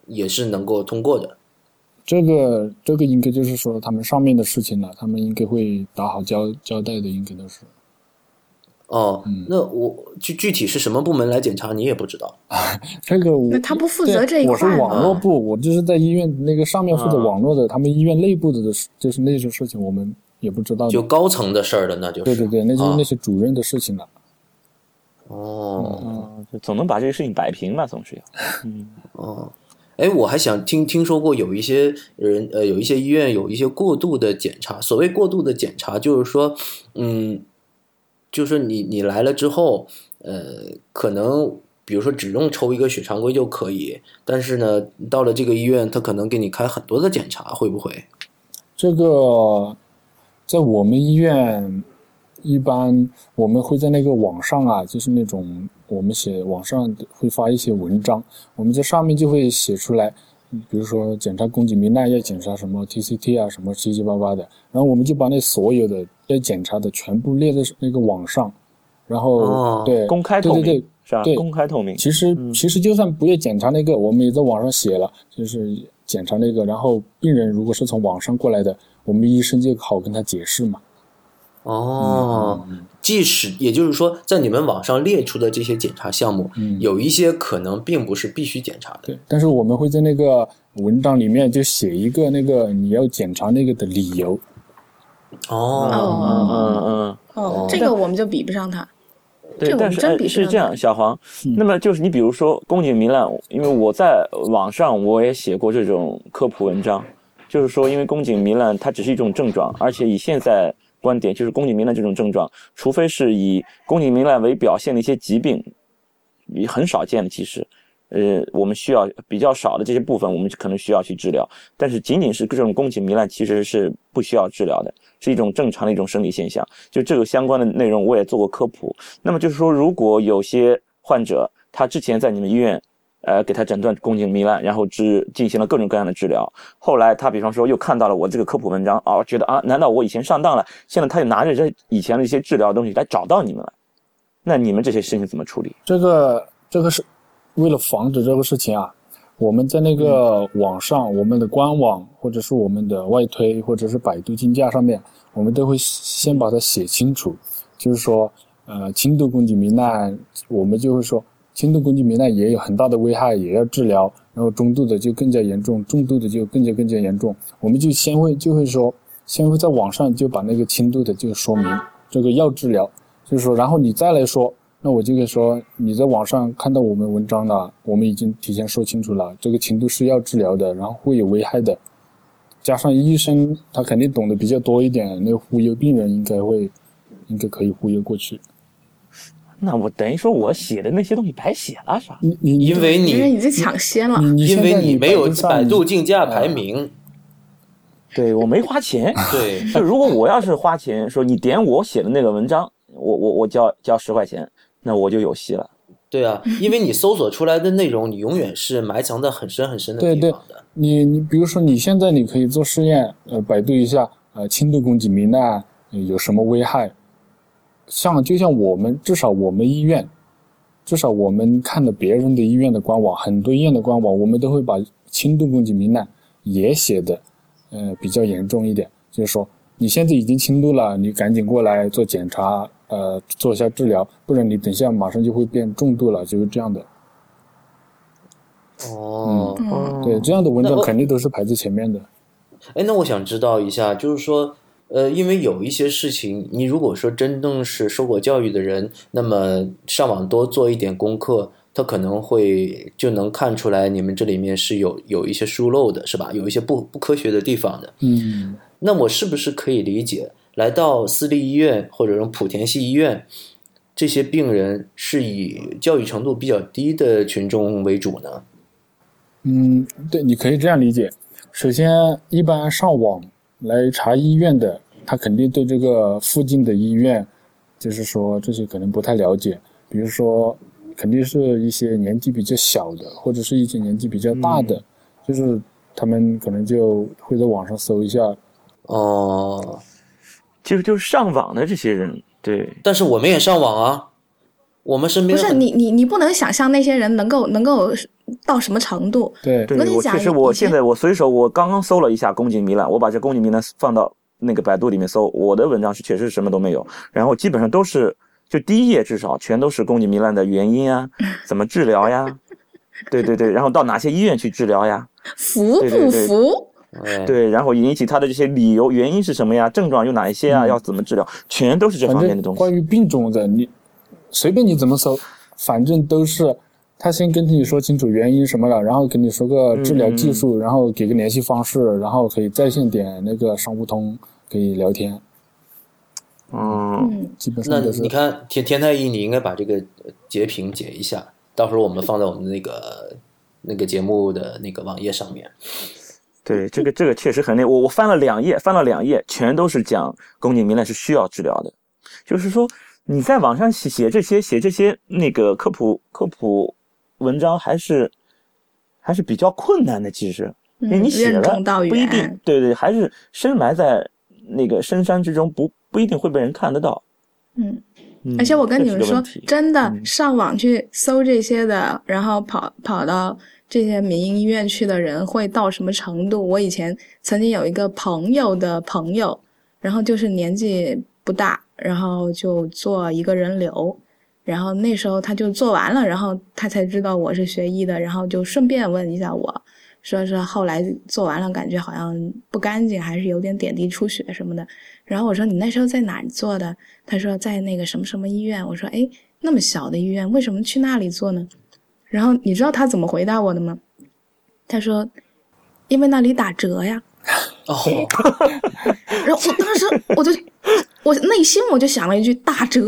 A: 也是能够通过的。
D: 这个这个应该就是说他们上面的事情了，他们应该会打好交交代的，应该都是。
A: 哦，
D: 嗯
A: 那我具具体是什么部门来检查，你也不知道。
D: 这个我
C: 那他不负责
D: 对
C: 这一
D: 我是
C: 块吗
D: 网络部，我就是在医院那个上面负责
B: 啊
D: 网络的，他们医院内部的的事，就是那些事情我们也不知道的
A: 就高层的事儿了，那就是
D: 哦对对对，那就是
A: 啊
D: 那些主任的事情了。
A: 哦
B: 嗯，就总能把这个事情摆平嘛，总是要。
A: 哦，哎，我还想听听说过有一些人呃，有一些医院有一些过度的检查。所谓过度的检查，就是说，嗯，就是你你来了之后，呃，可能比如说只用抽一个血常规就可以，但是呢，到了这个医院，他可能给你开很多的检查，会不会？
D: 这个在我们医院，一般我们会在那个网上啊，就是那种我们写网上会发一些文章，我们在上面就会写出来，嗯比如说检查宫颈糜烂要检查什么 TCT 啊，什么七七八八的，然后我们就把那所有的要检查的全部列在那个网上，然后、
A: 哦
D: 对
B: 公开透
D: 对
B: 明
D: 对对，
B: 是吧
D: 对？
B: 公开透明。
D: 其实其实就算不要检查那个，我们也在网上写了，就是检查那个，然后病人如果是从网上过来的，我们医生就好跟他解释嘛。
A: 哦，即使也就是说，在你们网上列出的这些检查项目，
D: 嗯
A: 有一些可能并不是必须检查的。
D: 对，但是我们会在那个文章里面就写一个那个你要检查那个的理由。
A: 哦，
B: 嗯嗯嗯。
C: 哦，这个我们就比不上他。
B: 对
C: 这，我
B: 但
C: 们
B: 是
C: 真
B: 呃
C: 比
B: 是
C: 上
B: 这
C: 了
B: 样，小黄，那么就是你比如说宫颈糜烂，因为我在网上我也写过这种科普文章，就是说因为宫颈糜烂它只是一种症状，而且以现在观点就是宫颈糜烂这种症状，除非是以宫颈糜烂为表现的一些疾病，也很少见的其实。呃，我们需要比较少的这些部分，我们可能需要去治疗，但是仅仅是这种宫颈糜烂其实是不需要治疗的，是一种正常的一种生理现象。就这个相关的内容，我也做过科普。那么就是说，如果有些患者他之前在你们医院，呃，给他诊断宫颈糜烂，然后治进行了各种各样的治疗，后来他比方说又看到了我这个科普文章，哦，觉得啊，难道我以前上当了？现在他就拿着这以前的一些治疗的东西来找到你们了，那你们这些事情怎么处理？
D: 这个这个是为了防止这个事情啊，我们在那个网上，我们的官网或者是我们的外推或者是百度竞价上面，我们都会先把它写清楚，就是说，呃，轻度宫颈糜烂，我们就会说轻度宫颈糜烂也有很大的危害，也要治疗，然后中度的就更加严重，重度的就更加更加严重，我们就先会就会说，先会在网上就把那个轻度的就说明这个要治疗，就是说，然后你再来说，那我就可以说，你在网上看到我们文章了，我们已经提前说清楚了，这个轻度是要治疗的，然后会有危害的。加上医生他肯定懂得比较多一点，那忽悠病人应该会，应该可以忽悠过去。
B: 那我等于说我写的那些东西白写了，是吧？
D: 你哦你
A: 因为
C: 别人
A: 哎你
C: 已经抢先了
D: 你，你
A: 因
D: 现
A: 为
D: 在
A: 你
D: 你啊
A: 没有
D: 上
A: 百度竞价排名，
B: 对我没花钱。
A: 对，
B: 就如果我要是花钱说你点我写的那个文章，我我我交交十块钱，那我就有戏了。
A: 对啊，因为你搜索出来的内容，你永远是埋藏在很深很深的
D: 对
A: 地
D: 对
A: 方的。
D: 你你比如说，你现在你可以做试验，呃，百度一下，呃，轻度供给糜烂呃有什么危害？像就像我们，至少我们医院，至少我们看了别人的医院的官网，很多医院的官网，我们都会把轻度供给糜烂也写的，呃，比较严重一点，就是说你现在已经轻度了，你赶紧过来做检查，呃，做一下治疗，不然你等下马上就会变重度了，就是这样的。
A: 哦，
C: 嗯，
D: 对，这样的文
A: 那
D: 章
A: 我
D: 肯定都是排在前面的。
A: 哎，那我想知道一下，就是说，呃，因为有一些事情，你如果说真正是受过教育的人，那么上网多做一点功课，他可能会就能看出来你们这里面是有有一些疏漏的，是吧？有一些不不科学的地方的。
D: 嗯。
A: 那我是不是可以理解，来到私立医院或者说莆田系医院，这些病人是以教育程度比较低的群众为主呢？
D: 嗯，对，你可以这样理解。首先，一般上网来查医院的，他肯定对这个附近的医院，就是说这些可能不太了解。比如说，肯定是一些年纪比较小的，或者是一些年纪比较大的，就是他们可能就会在网上搜一下。
A: 哦，
B: 就就是上网的这些人，对，
A: 但是我们也上网啊，我们身
C: 不
A: 边
C: 是
A: 很
C: 你你你不能想象那些人能够能够到什么程度，
D: 对，
B: 对
C: 我跟你
B: 我
C: 讲
B: 确实，
C: 以
B: 我
C: 以前
B: 现在我随手我刚刚搜了一下宫颈糜烂，我把这宫颈糜烂放到那个百度里面搜，我的文章是确实什么都没有，然后基本上都是就第一页至少全都是宫颈糜烂的原因啊，怎么治疗呀，对对对，然后到哪些医院去治疗呀，
C: 服
B: 对对
C: 不
B: 对
C: 服？
A: 哎
B: 对，然后引起他的这些理由原因是什么呀，症状有哪一些啊，要怎么治疗，全都是这
D: 反
B: 方面的东
D: 正关
B: 西。
D: 于病种的，你随便你怎么搜，反正都是他先跟你说清楚原因什么了，然后给你说个治疗技
B: 嗯
D: 术，然后给个联系方式，然后可以在线点那个商务通可以聊天，
B: 嗯，
C: 嗯，
D: 基本
A: 那
D: 上都是
A: 你。看田田太医，你应该把这个截屏截一下，到时候我们放在我们那个那个节目的那个网页上面。
B: 对，这个这个确实很累。我我翻了两页，翻了两页，全都是讲宫颈糜烂是需要治疗的。就是说你在网上写写这些写这些那个科普科普文章，还是还是比较困难的。其实，因为
C: 嗯
B: 哎你写
C: 任
B: 了
C: 重道
B: 不一
C: 远
B: 定，对对，还是深埋在那个深山之中，不不一定会被人看得到。
C: 嗯。
B: 嗯
C: 而且我跟你们
B: 这是个
C: 说
B: 问，题
C: 真的
B: 嗯
C: 上网去搜这些的，然后跑跑到这些民营医院去的人会到什么程度？我以前曾经有一个朋友的朋友，然后就是年纪不大，然后就做一个人流，然后那时候他就做完了，然后他才知道我是学医的，然后就顺便问一下我，说是后来做完了感觉好像不干净，还是有点点滴出血什么的。然后我说你那时候在哪儿做的？他说在那个什么什么医院。我说哎，那么小的医院，为什么去那里做呢？然后你知道他怎么回答我的吗？他说，因为那里打折呀。
A: 哦，
C: 然后我当时我就我内心我就想了一句，打折？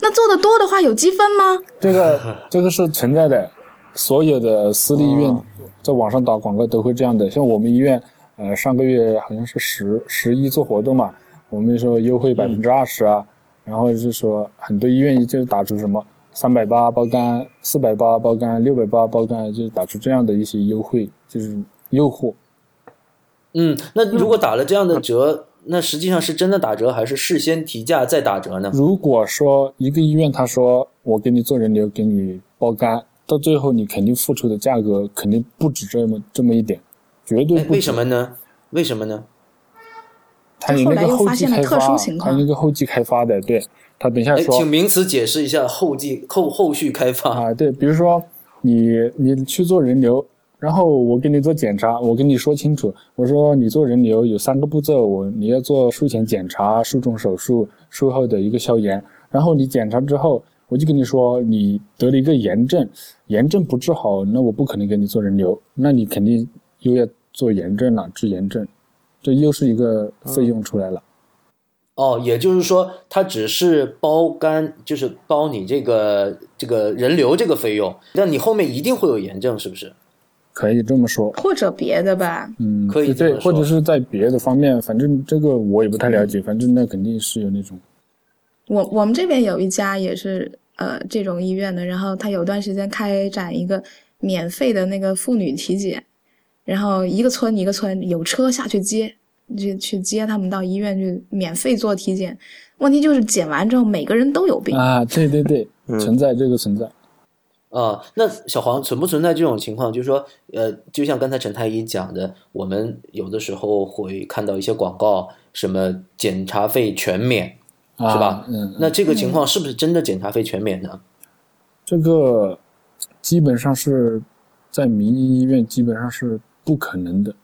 C: 那做的多的话有积分吗？
D: 这个这个是存在的，所有的私立医院
B: 哦
D: 在网上打广告都会这样的。像我们医院，呃，上个月好像是十十一做活动嘛，我们说优
A: 嗯
D: 惠百分之二十啊，然后就是说很多医院就打出什么三百八包干、四百八包干、六百八包干，就是打出这样的一些优惠，就是诱惑。
A: 嗯，那如果打了这样的折，那实际上是真的打折，还是事先提价再打折呢？
D: 如果说一个医院他说我给你做人流，给你包干，到最后你肯定付出的价格肯定不止这么这么一点，绝对
A: 哎，
D: 不止。
A: 为什么呢？为什么呢？
D: 他有那个
C: 后来又
D: 后期开
C: 发现了特殊情
D: 发，
C: 况
D: 他那个后期开发的，对他等一下
A: 哎，
D: 说
A: 请名词解释一下后继后后续开发。
D: 啊，对，比如说你你去做人流，然后我给你做检查，我跟你说清楚，我说你做人流有三个步骤，我你要做术前检查、术中手术、术后的一个消炎，然后你检查之后，我就跟你说你得了一个炎症，炎症不治好，那我不可能给你做人流，那你肯定又要做炎症了，治炎症，这又是一个费用出来了。
A: 哦，也就是说，它只是包干，就是包你这个这个人流这个费用，但你后面一定会有炎症，是不是？
D: 可以这么说，
C: 或者别的吧。
D: 嗯，
A: 可以
D: 对
A: 这么
D: 对，或者
A: 说嗯
D: 是在别的方面，反正这个我也不太了解，反正那肯定是有那种，
C: 我我们这边有一家也是呃这种医院的，然后他有段时间开展一个免费的那个妇女体检，然后一个村一个村有车下去接，去去接他们到医院去免费做体检。问题就是检完之后每个人都有病，
D: 啊，对对对，
A: 嗯
D: 存在这个存在，
A: 啊、那小黄存不存在这种情况？就是说，呃，就像刚才陈太医讲的，我们有的时候会看到一些广告，什么检查费全免，
D: 啊、
A: 是吧？
D: 嗯，
A: 那这个情况是不是真的检查费全免呢？
D: 这个基本上是在民营医院基本上是不可能的。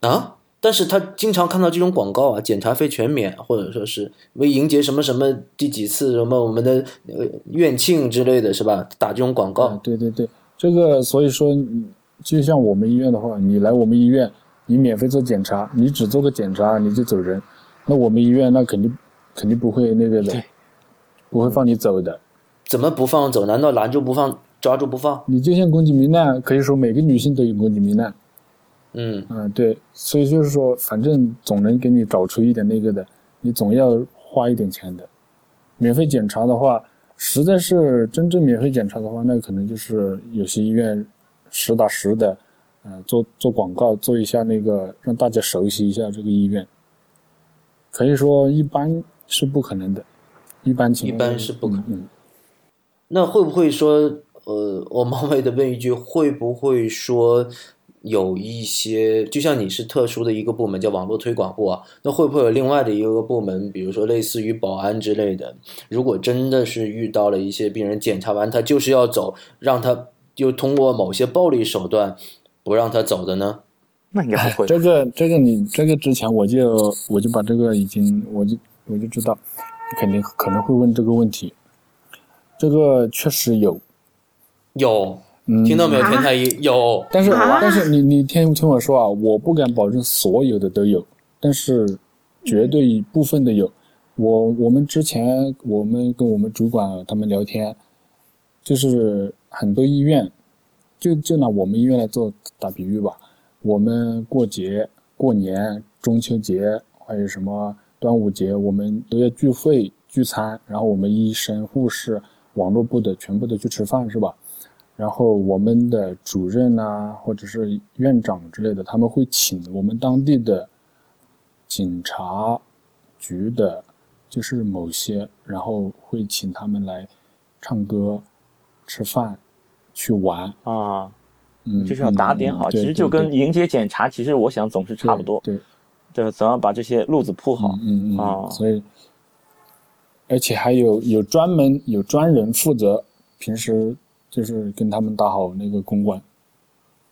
A: 啊？但是他经常看到这种广告啊，检查费全免，或者说是为迎接什么什么第几次什么我们的呃院庆之类的是吧？打这种广
D: 啊
A: 告，
D: 对对对，这个所以说，嗯就像我们医院的话，你来我们医院，你免费做检查，你只做个检查你就走人，那我们医院那肯定肯定不会那个的，不会放你走的。
A: 怎么不放走？难道拦住不放，抓住不放？
D: 你就像宫颈糜烂，可以说每个女性都有宫颈糜烂，
A: 嗯
D: 嗯，对，所以就是说，反正总能给你找出一点那个的，你总要花一点钱的。免费检查的话，实在是真正免费检查的话，那可能就是有些医院实打实的，呃，做做广告，做一下那个让大家熟悉一下这个医院。可以说一般是不可能的，一般情
A: 一
D: 况
A: 般
D: 下
A: 是不可能
D: 嗯嗯
A: 那会不会说，呃，我冒昧的问一句，会不会说有一些，就像你是特殊的一个部门叫网络推广部啊，那会不会有另外的一个部门，比如说类似于保安之类的，如果真的是遇到了一些病人检查完他就是要走，让他又通过某些暴力手段不让他走的呢？
B: 那应该不会。
D: 这个这个你这个之前我就我就把这个已经我就我就知道，你肯定可能会问这个问题。这个确实有，
A: 有，
D: 嗯，
A: 听到没有，
C: 啊
A: 田太医？有，
D: 但是、
C: 啊
D: 但是你你听听我说啊，我不敢保证所有的都有，但是绝对部分的有。我我们之前我们跟我们主管他们聊天，就是很多医院，就就拿我们医院来做打比喻吧，我们过节、过年、中秋节还有什么端午节，我们都要聚会聚餐，然后我们医生、护士、网络部的全部都去吃饭，是吧？然后我们的主任啊，或者是院长之类的，他们会请我们当地的警察局的，就是某些，然后会请他们来唱歌、吃饭、去玩，
B: 啊，
D: 嗯，
B: 就是要打点好，
D: 嗯
B: 其实就跟迎接检查，其实我想总是差不多，
D: 对，对对
B: 对吧？总要把这些路子铺好。
D: 嗯嗯
B: 哦
D: 嗯，所以，而且还有有专门有专人负责，平时就是跟他们打好那个公关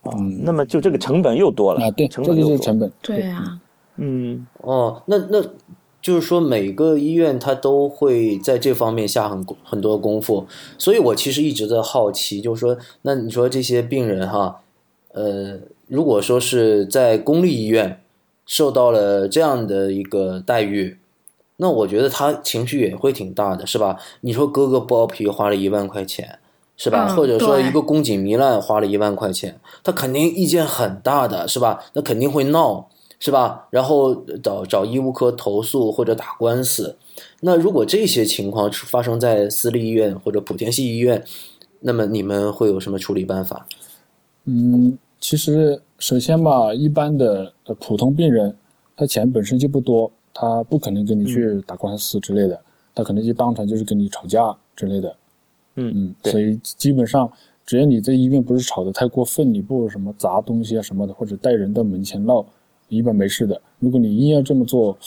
B: 啊，那么就这个成本又多了
D: 嗯啊，对，这
B: 成
D: 个
B: 本
D: 就
B: 又
D: 是
B: 多。
D: 成本，
C: 对啊，
B: 嗯，
A: 哦，那那就是说每个医院它都会在这方面下很很多功夫，所以我其实一直在好奇，就是说，那你说这些病人哈，呃，如果说是在公立医院受到了这样的一个待遇，那我觉得他情绪也会挺大的，是吧？你说哥哥剥皮花了一万块钱。是吧？
C: 嗯
A: 或者说
C: 对
A: 一个宫颈糜烂花了一万块钱，他肯定意见很大的，是吧？那肯定会闹，是吧？然后找找医务科投诉或者打官司。那如果这些情况出发生在私立医院或者莆田系医院，那么你们会有什么处理办法？
D: 嗯，其实首先吧，一般的呃普通病人，他钱本身就不多，他不可能跟你去打官司之类的，他可能就当场就是跟你吵架之类的。
B: 嗯
D: 嗯，
B: 对
D: 所以基本上，只要你在医院不是吵得太过分，你不什么砸东西啊什么的，或者带人到门前闹，一般没事的。如果你硬要这么做，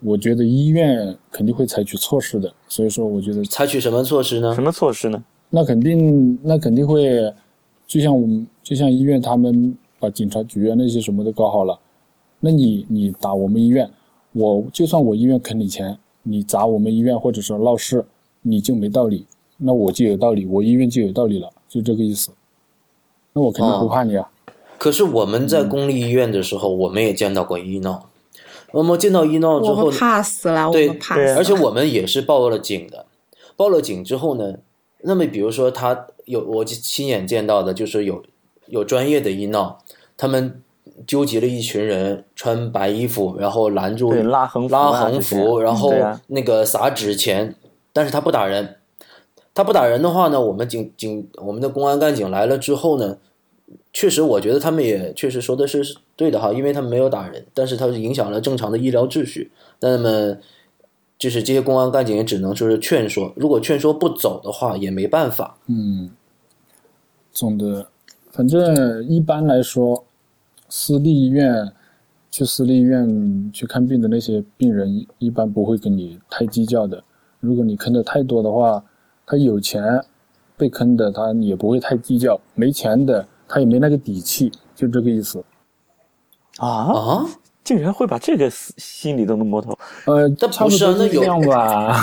D: 我觉得医院肯定会采取措施的。所以说，我觉得
A: 采取什么措施呢
B: 什？么措施呢？
D: 那肯定，那肯定会，就像我们，就像医院他们把警察局啊那些什么都搞好了，那你你打我们医院，我就算我医院坑你钱，你砸我们医院或者说闹事，你就没道理，那我就有道理，我医院就有道理了，就这个意思。那我肯定不怕你啊，
A: 可是我们
B: 嗯
A: 在公立医院的时候，我们也见到过医闹。我们见到医闹之
C: 我
A: 后
C: 们
A: 呢，
C: 怕死了，我
A: 对
C: 们怕
B: 对
C: 死
B: 啊
C: 了，
A: 而且我们也是报了警的。报了警之后呢，那么比如说他有我亲眼见到的，就是有有专业的医闹，他们纠集了一群人穿白衣服，然后拦住
B: 对拉横幅啊
A: 拉横
B: 这
A: 幅，
B: 些
A: 然后
B: 对啊
A: 那个撒纸钱，但是他不打人。他不打人的话呢，我们警警我们的公安干警来了之后呢，确实我觉得他们也确实说的是对的哈，因为他们没有打人，但是他是影响了正常的医疗秩序。那么就是这些公安干警也只能就是劝说，如果劝说不走的话也没办法。
D: 嗯，总的，反正一般来说，私立医院去私立医院去看病的那些病人，一一般不会跟你太计较的。如果你坑的太多的话，他有钱被坑的，他也不会太计较；没钱的，他也没那个底气，就这个意思。
B: 啊，
A: 啊，
B: 竟然会把这个思心里都能摸透。
D: 呃，
A: 但
D: 差
A: 不是啊
D: 多
A: 那有
D: 这样吧？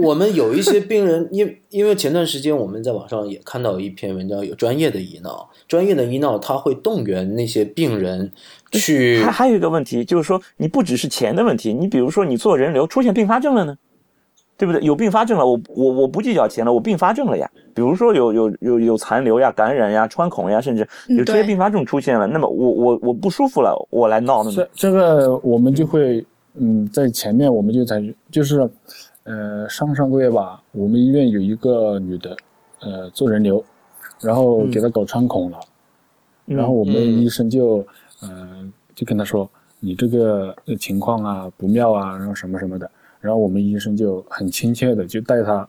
A: 我我们有一些病人，因因为前段时间我们在网上也看到一篇文章，有专业的医闹，专业的医闹他会动员那些病人去
B: 还还有一个问题，就是说你不只是钱的问题，你比如说你做人流出现并发症了呢，对不对？有并发症了，我我我不计较钱了，我并发症了呀。比如说有有有有残留呀、感染呀、穿孔呀，甚至
C: 嗯
B: 有这些
C: 对
B: 并发症出现了，那么我我我不舒服了，我来闹呢。
D: 这这个我们就会，嗯，在前面我们就在就是，呃，上上个月吧，我们医院有一个女的，呃，做人流，然后给她搞穿孔了，
B: 嗯
D: 然后我们
A: 嗯
D: 医生就，呃，就跟她说你这个呃情况啊不妙啊，然后什么什么的，然后我们医生就很亲切的就带她，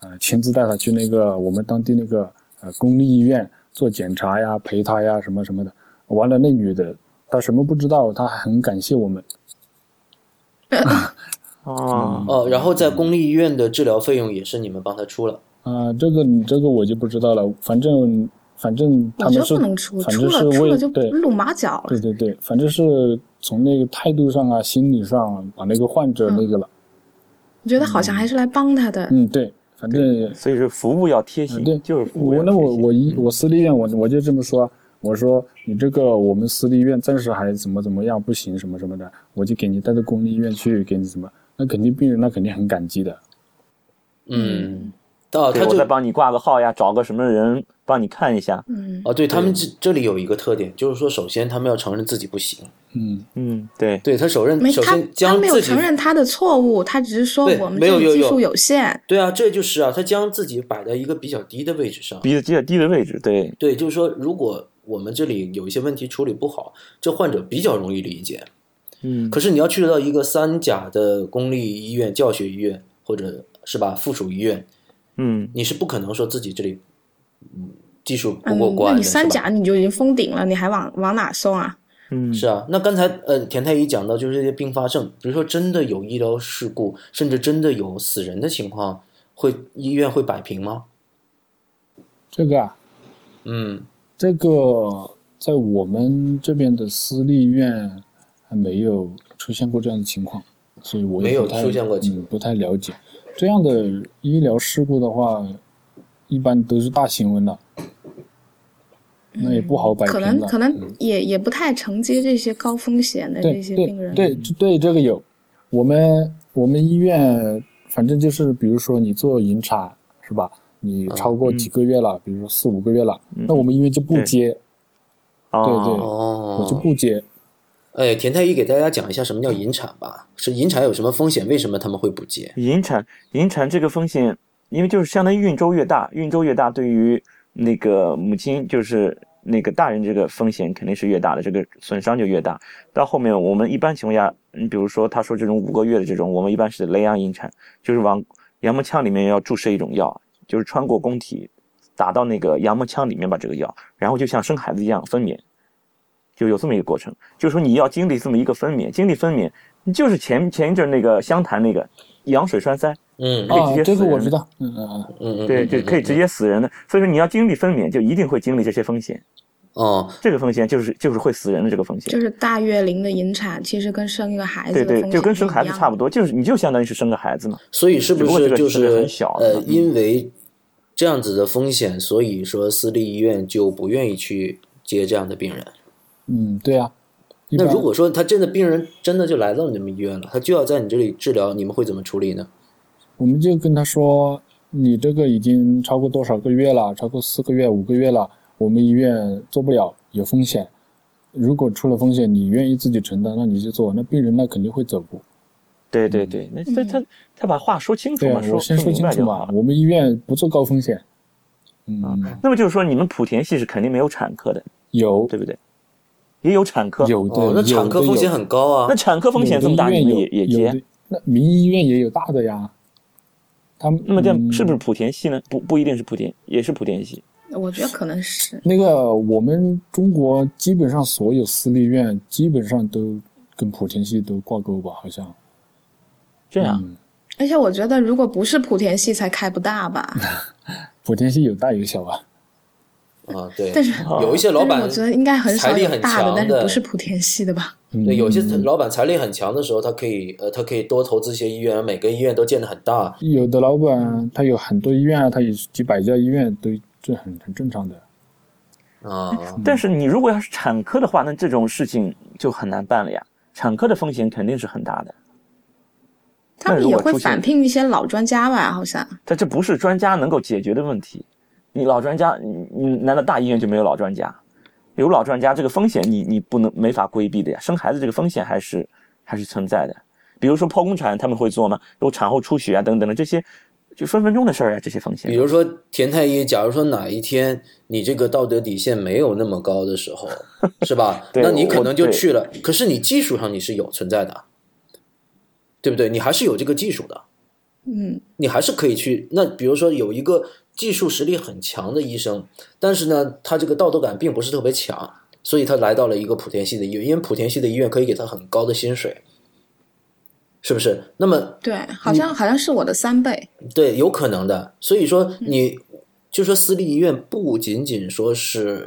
D: 呃，亲自带她去那个我们当地那个呃公立医院做检查呀、陪她呀什么什么的。完了，那女的她什么不知道，她还很感谢我们。嗯
B: 啊，
A: 哦，然后在公立医院的治疗费用也是你们帮他出了。
D: 啊、这个这个我就不知道了，反正反正他
C: 我觉
D: 们
C: 得
D: 是，
C: 不能出，
D: 反
C: 出
D: 正
C: 了
D: 是
C: 出
D: 为
C: 了就
D: 对
C: 露马脚
D: 对
C: 了。
D: 对对，反正是从那个态度上啊、心理上、啊、把那个患
C: 嗯
D: 者那个了。
C: 我觉得好像还是来帮他的。
D: 嗯，对，反正
B: 所以说服务要贴心，
D: 嗯对
B: 就是服务要
D: 我那
B: 贴
D: 我
B: 心
D: 我一我私立医院我我就这么说，我说你这个我们私立医院暂时还怎么怎么样不行什么什么的，我就给你带到公立医院去给你什么，那肯定病人那肯定很感激的。
A: 嗯，到
B: 对
A: 他
B: 我
A: 这
B: 再帮你挂个号呀，找个什么人帮你看一下。
C: 嗯，
A: 哦，对他们这这里有一个特点，就是说，首先他们要承认自己不行，
D: 嗯，
B: 嗯，对，
A: 对他首认
C: 没
A: 首
C: 他
A: 先
C: 他
A: 将
C: 没有
A: 自己
C: 承认他的错误，他只是说
A: 对
C: 我们
A: 没
C: 这
A: 有
C: 个
A: 有
C: 技
A: 有
C: 术有限。
A: 对啊，这就是啊，他将自己摆在一个比较低的位置上。
B: 鼻子接低的位置，对，
A: 对，就是说，如果我们这里有一些问题处理不好，这患者比较容易理解。
B: 嗯，
A: 可是你要去到一个三甲的公立医院、教学医院或者是吧附属医院，
B: 嗯，
A: 你是不可能说自己这里嗯技术不过
C: 嗯，
A: 关的，
C: 那你三
A: 是吧
C: 甲你就已经封顶了，你还往往哪送啊？
B: 嗯，
A: 是啊，那刚才呃，田太医讲到就是这些并发症，比如说真的有医疗事故，甚至真的有死人的情况，会医院会摆平吗？
D: 这个啊，
A: 嗯，
D: 这个在我们这边的私立医院还没有出现过这样的情况，所以我也
A: 没有
D: 不太
A: 出现过情
D: 嗯，不太了解。这样的医疗事故的话，一般都是大新闻了，那也不好摆
C: 嗯可
D: 平
C: 能
D: 了。
C: 可能
A: 嗯
C: 也也不太承接这些高风险的这
D: 对
C: 些
D: 对
C: 病人。
D: 对对，这个有。我们我们医院反正就是，比如说你做引产是吧？
A: 嗯
D: 你超过几个月了，比如说四五个月了，那我们医院就不
B: 对
D: 接，对
B: 哦，
D: 我就
A: 哦，
D: 不接。
A: 哎，田太医给大家讲一下什么叫引产吧，是引产有什么风险？为什么他们会不接？
B: 引产引产这个风险，因为就是相当于孕周越大，孕周越大，对于那个母亲就是那个大人这个风险肯定是越大的，这个损伤就越大。到后面我们一般情况下，你比如说他说这种五个月的这种，我们一般是雷阳引产，就是往羊膜腔里面要注射一种药，就是穿过宫体打到那个羊膜腔里面把这个药，然后就像生孩子一样分娩。就有这么一个过程，就是说你要经历这么一个分娩，经历分娩，你就是前前一阵那个湘潭那个羊水栓塞，
A: 嗯
B: 可以
D: 啊
B: 直接，
D: 这个
B: 死
D: 我
B: 人
D: 知道，嗯嗯嗯。
A: 嗯嗯，
B: 对，
A: 嗯
B: 就可以直。接死人的。所以说你要经历分娩，就一定会经历这些风险。
A: 哦，
B: 这个风险就是就是会死人的这个风险
C: 就。是大月龄的引产，其实跟生一个孩子
B: 对
C: 的风
B: 对，
C: 险
B: 就跟生孩子差不
C: 多。
B: 多，就是你就相当于是生个孩子嘛。
A: 所以是不
B: 只不过这
A: 是
B: 个
A: 就
B: 这个
A: 是
B: 很小
A: 呃，
B: 嗯
A: 因为这样子的风险，所以说私立医院就不愿意去接这样的病人。
D: 嗯，对啊。一
A: 那
D: 般
A: 如果说他真的病人真的就来到你们医院了，他就要在你这里治疗，你们会怎么处理呢？
D: 我们就跟他说，你这个已经超过多少个月了？超过四个月、五个月了，我们医院做不了，有风险。如果出了风险，你愿意自己承担，那你就做。那病人那肯定会走步。
B: 对对对，那他他他把话说清楚
D: 嗯对啊
B: 嘛，，
D: 我
B: 说
D: 先
B: 说
D: 说
B: 明
D: 清
B: 白
D: 楚
B: 就
D: 嘛
B: 好，了。啊
D: 我们医院不做高风险。嗯，
B: 那么就是说，你们莆田系是肯定没有产科的，
D: 有
B: 对不对？也有产科，
D: 有的
A: 哦，，那产科风险很高啊
B: 那。产科风险这
D: 这
B: 么大，你们也也
D: 有
B: 接
D: 的？那民营医院也有大的呀，他们
B: 那么这样
D: 嗯
B: 是不是莆田系呢？不不一定是莆田，也是莆田系。
C: 我觉得可能是
D: 那个我们中国基本上所有私立院基本上都跟莆田系都挂钩吧，好像。
B: 这样，
D: 嗯
C: 而且我觉得，如果不是莆田系，才开不大 吧。
D: 莆田系有大有小啊。
A: 啊，对，
C: 但是，
A: 有一些老
C: 但是
A: 板
C: 我觉得应该很
A: 财
C: 少
A: 力
C: 有
A: 很
C: 大的
A: 强，
C: 但是不是莆田系 的吧？
D: 嗯
A: 对，有些老板财力很强的时候，他可以呃，他可以多投资一些医院，每个医院都建得很大。
D: 有的老板他有很多医院啊，他有几百家医院都这很很正常的。
A: 啊，
B: 但是你如果要是产科的话，那这种事情就很难办了呀。产科的风险肯定是很大的，
C: 他
B: 那
C: 们
B: 如
C: 也
B: 果
C: 会
B: 出现
C: 返聘一些老专家吧？好像
B: 但这不是专家能够解决的问题。你老专家，你你难道大医院就没有老专家？有老专家，这个风险你你不能没法规避的呀。生孩子这个风险还是还是存在的。比如说剖宫产，他们会做吗？有产后出血啊等等的这些，就分分钟的事儿啊，这些风险
A: 比。如说田太医，假如说哪一天你这个道德底线没有那么高的时 候，是吧？
B: 对
A: 那你可能就
B: 我
A: 去了。可是你技术上你是有存在的，对不对？你还是有这个技术的，
C: 嗯，
A: 你还是可以去。那比如说有一个技术实力很强的医生，但是呢，他这个道德感并不是特别强，所以他来到了一个莆田系的医院，因为莆田系的医院可以给他很高的薪水，是不是？那么
C: 对，好像、
A: 嗯
C: 好像是我的三倍。
A: 对，有可能的。所以说
D: 嗯
A: 你，就说私立医院不仅仅说是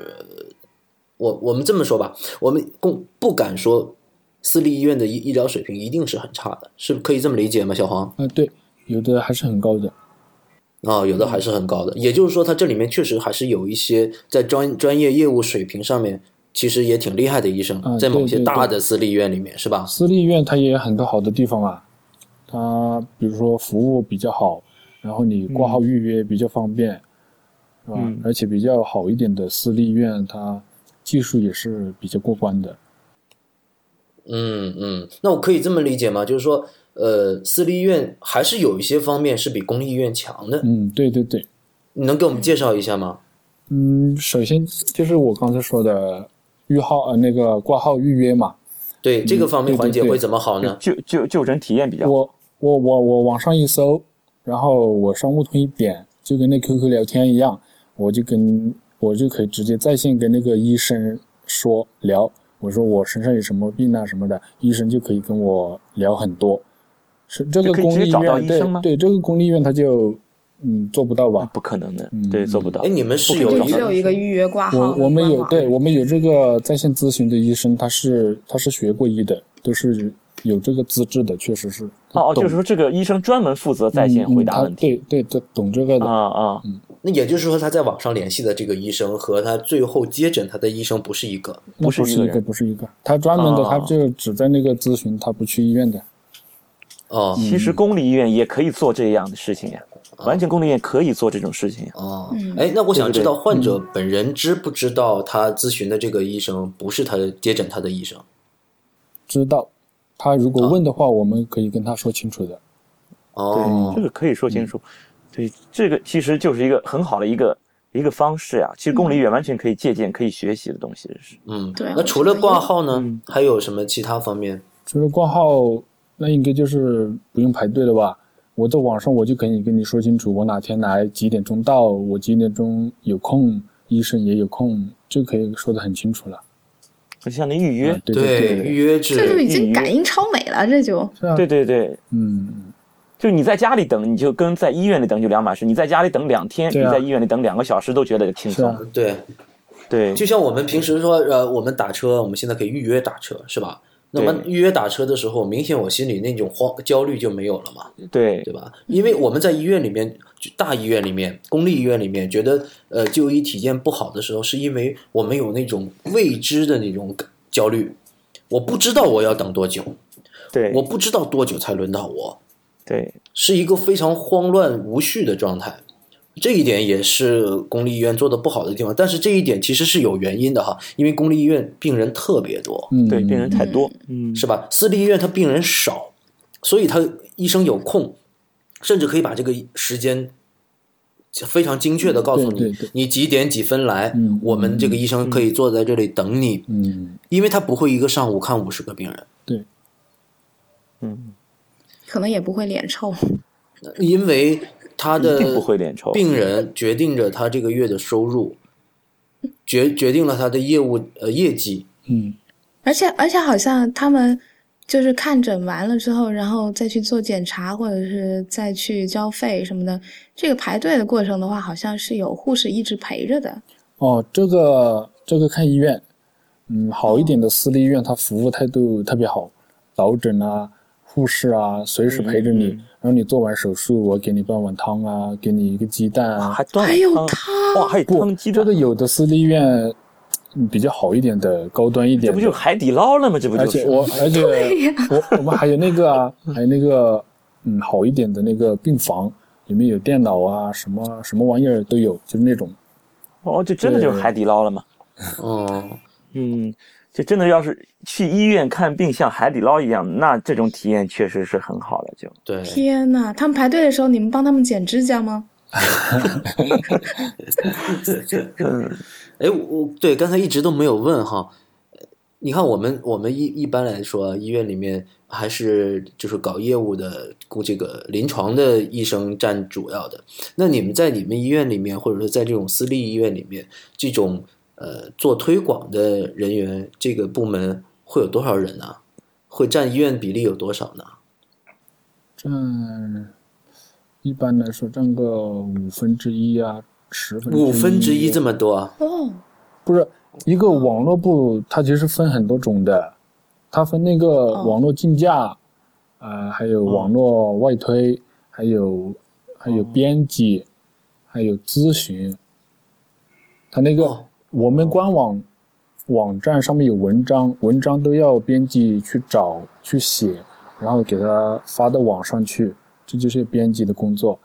A: 我，我们这么说吧，我们不不敢说私立医院的医医疗水平一定是很差的，是可以这么理解吗？小黄
D: 啊，对，有的还是很高的。
A: 啊、有的还是很高
D: 嗯
A: 的。也就是说，它这里面确实还是有一些在专专业业务水平上面。其实也挺厉害的医生，
D: 啊
A: 在某
D: 对
A: 些
D: 对
A: 大
D: 对
A: 的私立医院里面，是吧？
D: 私立医院它也有很多好的地方啊，它比如说服务比较好，然后你挂号预约比较方便，是吧？
B: 嗯
D: 而且比较好一点的私立医院，它技术也是比较过关的。
A: 嗯嗯，那我可以这么理解吗？就是说，呃，私立医院还是有一些方面是比公立医院强的。
D: 嗯，对对对。
A: 你能给我们介绍一下吗？
D: 嗯，首先就是我刚才说的预号呃那个挂号预约嘛，
A: 对这个方面
D: 嗯对对
A: 环节
D: 对嗯
A: 会怎么好呢？
B: 就就就诊体验比较好。
D: 我我我我网上一搜，然后我上悟通一点，就跟那 QQ 聊天一样，我就跟我就可以直接在线跟那个医生说聊，我说我身上有什么病啊什么的，医生就可以跟我聊很多。是这个
B: 就可以直
D: 公
B: 接
D: 立医
B: 找到
D: 院
B: 医生吗
D: 对对，这个公立医院他就嗯做不到吧？
B: 不可能的
D: 嗯，
B: 对，做不到
A: 哎，。你们是
B: 不可
A: 有
B: 以
C: 就
A: 一
C: 只有
A: 个
C: 一个预约
B: 啊
C: 挂号的
D: 我
C: 官网。
D: 我们有，对我们有这个在线咨询的医生，他是他是学过医的，都是有这个资质的，确实是。
B: 哦哦，
D: 懂
B: 就是说这个医生专门负责在线回答问题。
D: 嗯嗯他对对，他懂这个的。
B: 啊啊，
A: 那也就是说，他在网上联系的这个医生和他最后接诊他的医生不是一个。
B: 不
D: 那不
B: 是
D: 是
B: 一个
D: 一
B: 人
D: 个，不是一个，他专门的，
B: 啊
D: 他就只在那个咨询，他不去医院的。
A: 哦
D: 嗯
B: 其实公立医院也可以做这样的事情呀，完全公立医院可以做这种事情呀。
A: 哦
C: 嗯，
A: 哎，那我想知道
B: 对对
A: 患
D: 嗯
A: 者本人知不知道他咨询的这个医生不是他接诊他的医生？
D: 知道，他如
B: 哦
D: 果问的话，我们可以跟他说清楚的。
A: 哦
B: 这，个可以说清楚。对，这个其实就是一个很好的一个一个方式啊。其实公立医院完全可以借鉴、可以学习的东西。是
A: 嗯，
C: 对
A: 那除了挂号呢
B: 嗯，
A: 还有什么其他方面？
D: 除了挂号，那应该就是不用排队了吧？我在网上我就可以跟你说清楚，我哪天来，几点钟到，我几点钟有空，医生也有空，这可以说的很清楚了。
B: 就像那预约，
D: 啊对对对
A: 预
D: 对，
A: 约
C: 这就
A: 制
C: 已经
B: 预约
C: 感应超美了，这就。
D: 是啊，
B: 对对对，
D: 嗯，
B: 就你在家里等，你就跟在医院里等就两码事。你在家里等两天，
D: 对
B: 你
D: 啊
B: 在医院里等两个小时都觉得轻
D: 是啊
B: 松。，
A: 对，
B: 对，
A: 就像我们平时说，呃，我们打车，我们现在可以预约打车，是吧？那么
B: 对
A: 预约打车的时候，明显我心里那种慌焦虑就没有了嘛。
B: 对，
A: 对吧？因为我们在医院里面，就大医院里面、公立医院里面，觉得呃就医体验不好的时候，是因为我们有那种未知的那种感焦虑，我不知道我要等多久，
B: 对，
A: 我不知道多久才轮到我，
B: 对，
A: 是一个非常慌乱无序的状态。这一点也是公立医院做的不好的地方，但是这一点其实是有原因的哈，因为公立医院病人特别多，
D: 嗯，
B: 对，病人太多，嗯，
A: 是吧？私立医院它病人少，所以他医生有空，甚至可以把这个时间非常精确的告诉你，
D: 对对对
A: 你几点几分来，
D: 嗯
A: 我们这个医生可以坐在这里等你，
D: 嗯，
A: 因为他不会一个上午看五十个病人，
D: 对，
B: 嗯，
C: 可能也不会脸臭。
A: 因为他
B: 一
A: 的
B: 嗯定不会脸臭。
A: 病人决定着他这个月的收入，决决定了他的业务呃业绩。
D: 嗯，
C: 而且而且好像他们就是看诊完了之后，然后再去做检查，或者是再去交费什么的。这个排队的过程的话，好像是有护士一直陪着的。
D: 哦，这个这个看医院，嗯，好一点的私立医院，它服务态度特别好，导诊啊、护士啊，随时陪着你。
B: 嗯嗯
D: 然后你做完手术，我给你端碗汤啊，给你一个鸡蛋啊。
B: 还
A: 哦
B: 炖
C: 还有
B: 汤
C: 汤
B: 哇，还有
D: 不
B: 汤鸡，
D: 这
B: 蛋
D: 个，有的私立医院嗯比较好一点的、高端一
B: 这
D: 点
B: 不
D: 的，
B: 就是海底捞了吗？这不
D: 而
B: 就
D: 且
B: 是？
D: 我，而且
C: 呀
D: 我我们还有那 个啊，还有那个嗯好一点的那个病房，里面有电脑啊，什么什么玩意儿都有，就是那种。
B: 哦，就真的就是海底捞了吗？
A: 嗯，
B: 嗯，就真的要是去医院看病像海底捞一样，那这种体验确实是很好了。就
A: 对，
C: 天呐，他们排队的时候，你们帮他们剪指甲吗？
A: 哎，我我对刚才一直都没有问哈。你看，我们我们一一般来说，啊医院里面还是就是搞业务的，估这个临床的医生占主要的。那你们在你们医院里面，或者说在这种私立医院里面，这种呃做推广的人员，这个部门会有多少人呢、啊会占医院比例有多少呢？
D: 占一般来说占个五分之一啊，十分
A: 五分之一这么多啊？
C: 哦，
D: 不是一个网络部，它其实分很多种的，它分那个网络竞价，呃，还有网络外推，还有还有编辑，还有咨询，它那个、
A: 哦
D: 我们官网网站上面有文章，文章都要编辑去找去写，然后给它发到网上去，这就是编辑的工作。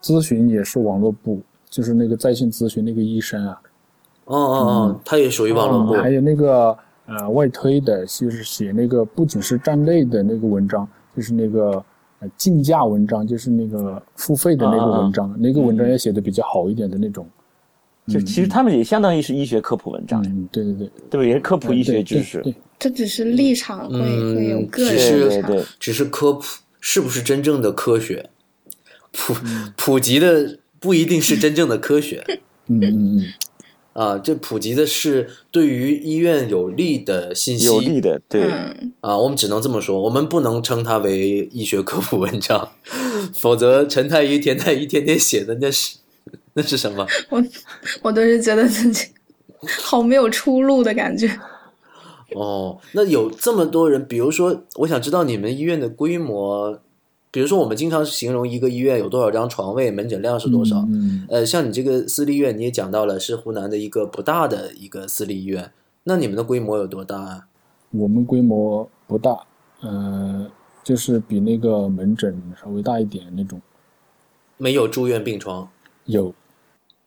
D: 咨询也是网络部，就是那个在线咨询那个医生啊，
A: 哦哦哦，它也属于网络部
D: 嗯。还有那个呃外推的，就是写那个不仅是站内的那个文章，就是那个呃竞价文章，就是那个付费的那个文章，那个文章要写的比较好一点的那种。
B: 就其实他们也相当于是医学科普文章，
D: 嗯，对对对，
B: 对不对？也是科普医
D: 对
B: 学
D: 对
B: 知识。
D: 对，
C: 这只是立场会、
A: 嗯
C: 会有个
A: 只
C: 人
A: 是
C: 立
B: 对
C: 场。
B: 对，
A: 只是科普是不是真正的科学？普
B: 嗯
A: 普及的不一定是真正的科学
D: 嗯嗯嗯，
A: 啊，这普及的是对于医院有利的信息
B: 有利的，对，
C: 嗯，
A: 啊，我们只能这么说，我们不能称它为医学科普文章， 否则陈太医、田太医天天写的那是 那是什么？
C: 我我都是觉得自 己好没有出路的感觉。
A: 哦，那有这么多人，比如说，我想知道你们医院的规模，比如说我们经常形容一个医院有多少张床位，门诊量是多少，
D: 嗯，
A: 呃，像你这个私立医院，你也讲到了是湖南的一个不大的一个私立医院，那你们的规模有多大啊？
D: 我们规模不大，呃，就是比那个门诊稍微大一点那种。
A: 没有住院病床，
D: 有，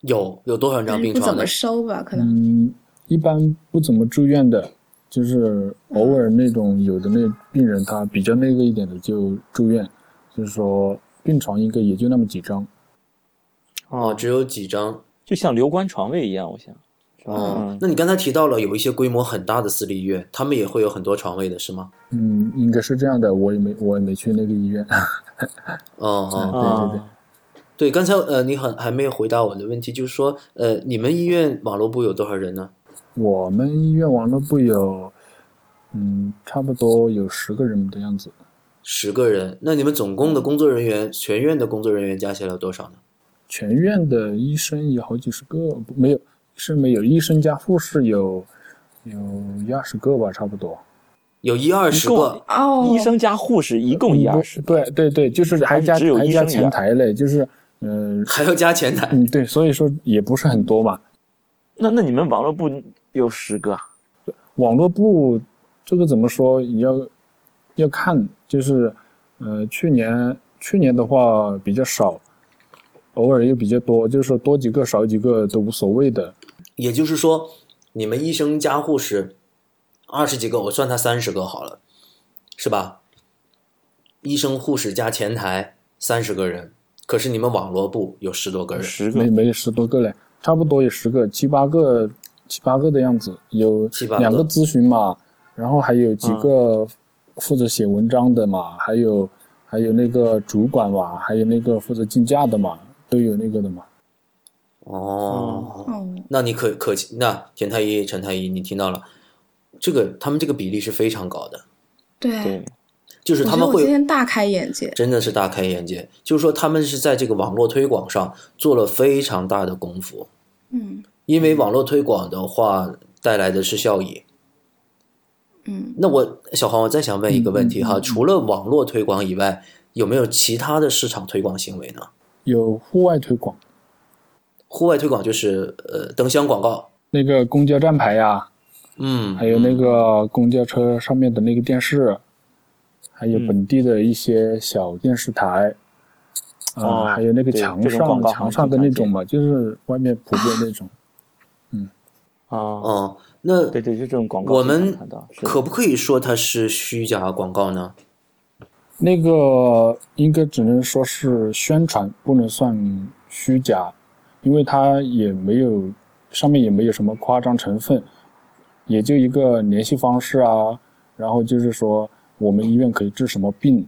A: 有有多少张病
C: 嗯不怎
A: 床呢
C: 么？收吧，可能。
D: 嗯，一般不怎么住院的，就是偶尔那种有的那病人他比较那个一点的就住院，就是说病床应该也就那么几张。
A: 哦，只有几张。
B: 就像留观床位一样，我想。
A: 哦
B: 嗯，
A: 那你刚才提到了有一些规模很大的私立医院，他们也会有很多床位的，是吗？
D: 嗯，应该是这样的，我也没我也没去那个医院。
A: 哦哦，
D: 对对对
B: 啊，
A: 对，刚才呃，你很还没有回答我的问题，就是说，呃，你们医院网络部有多少人呢？
D: 我们医院网络部有，嗯，差不多有十个人的样子，
A: 十个人。那你们总共的工作人员，全院的工作人员加起来有多少呢？
D: 全院的医生有好几十个，不没有是没有医生加护士有有一二十个吧，差不多。
A: 有一二十
B: 一共
A: 个
C: 哦，
B: 医生加护士一共一二十，
D: 嗯对对对，就是还加
B: 只有
D: 还
B: 医
D: 加
B: 生一
D: 前
B: 样
D: 台嘞，就是嗯、
A: 还要加前台。
D: 嗯对，所以说也不是很多嘛。
B: 那那你们网络部有十个啊？
D: 网络部这个怎么说也要要看，就是呃去年去年的话比较少，偶尔又比较多，就是说多几个少几个都无所谓的。
A: 也就是说，你们医生加护士二十几个，我算他三十个好了，是吧？医生、护士加前台三十个人，可是你们网络部有十多个人，
B: 十
D: 没
B: 个
D: 没十多个嘞，差不多有十个，七八个，七八个的样子，有
A: 七八个
D: 两个咨询嘛，然后还有几
B: 嗯
D: 个负责写文章的嘛，还有还有那个主管嘛，还有那个负责竞价的嘛，都有那个的嘛。
A: 哦，
C: 哦，
A: 那你可可那田太医、陈太医，你听到了，这个他们这个比例是非常高的，
C: 对，
B: 对，
A: 就是
C: 我
A: 他
C: 觉得
A: 们
C: 我今
A: 会
C: 天大开眼界。
A: 真的是大开眼界，就是说他们是在这个网络推广上做了非常大的功夫，
C: 嗯
A: 因为网络推广的话带来的是效益，
C: 嗯，
A: 那我小黄，我再想问一个问题哈，
D: 嗯嗯嗯
A: 除了网络推广以外，有没有其他的市场推广行为呢？
D: 有户外推广，
A: 户外推广就是呃灯箱广告，
D: 那个公交站牌呀、
A: 嗯，
D: 还有那个公交车上面的那个电视，还有
B: 嗯
D: 本地的一些小电视台，啊、
B: 哦
D: 还有那个
B: 对
D: 墙
B: 这种广
D: 上
B: 告
D: 墙上的那种嘛，就是外面普遍那种。
B: 啊，
A: 哦、那
B: 对对，就这种广告
A: 我
B: 经常
A: 们
B: 看到，是
A: 可不可以说它是虚假广告呢？
D: 那个应该只能说是宣传，不能算虚假，因为它也没有上面也没有什么夸张成分，也就一个联系方式啊，然后就是说我们医院可以治什么病，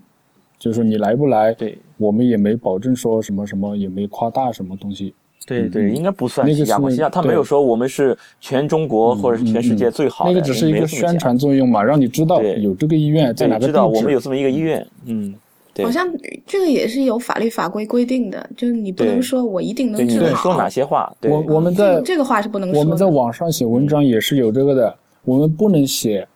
D: 就是说你来不来，
B: 对
D: 我们也没保证说什么什么，也没夸大什么东西。
B: 对对，应该不算
D: 嗯那
B: 虚
D: 个
B: 假
D: 是
B: 广告，虚假啊他没有
D: 对嗯
B: 说我们是全中国或者是全世界最好的，
D: 那个只是一
B: 没有
D: 个
B: 这么讲
D: 宣，传作用嘛，让你知道
B: 对
D: 有这个医院在
B: 对，
D: 哪
B: 你
D: 个
B: 知道
D: 地
B: 我们
D: 址。
B: 有这么一个医院，嗯，对
C: 好像这个也是有法律法规规定的，就是你不
B: 对
C: 能说我一定
B: 对，
C: 能
B: 你
C: 治
B: 能
C: 好。
B: 说哪些话？对，
D: 我我们
C: 这个
D: 在
C: 这个话是不能说
D: 我
C: 的。
D: 们在网上写文章也是有这个的，我们不能写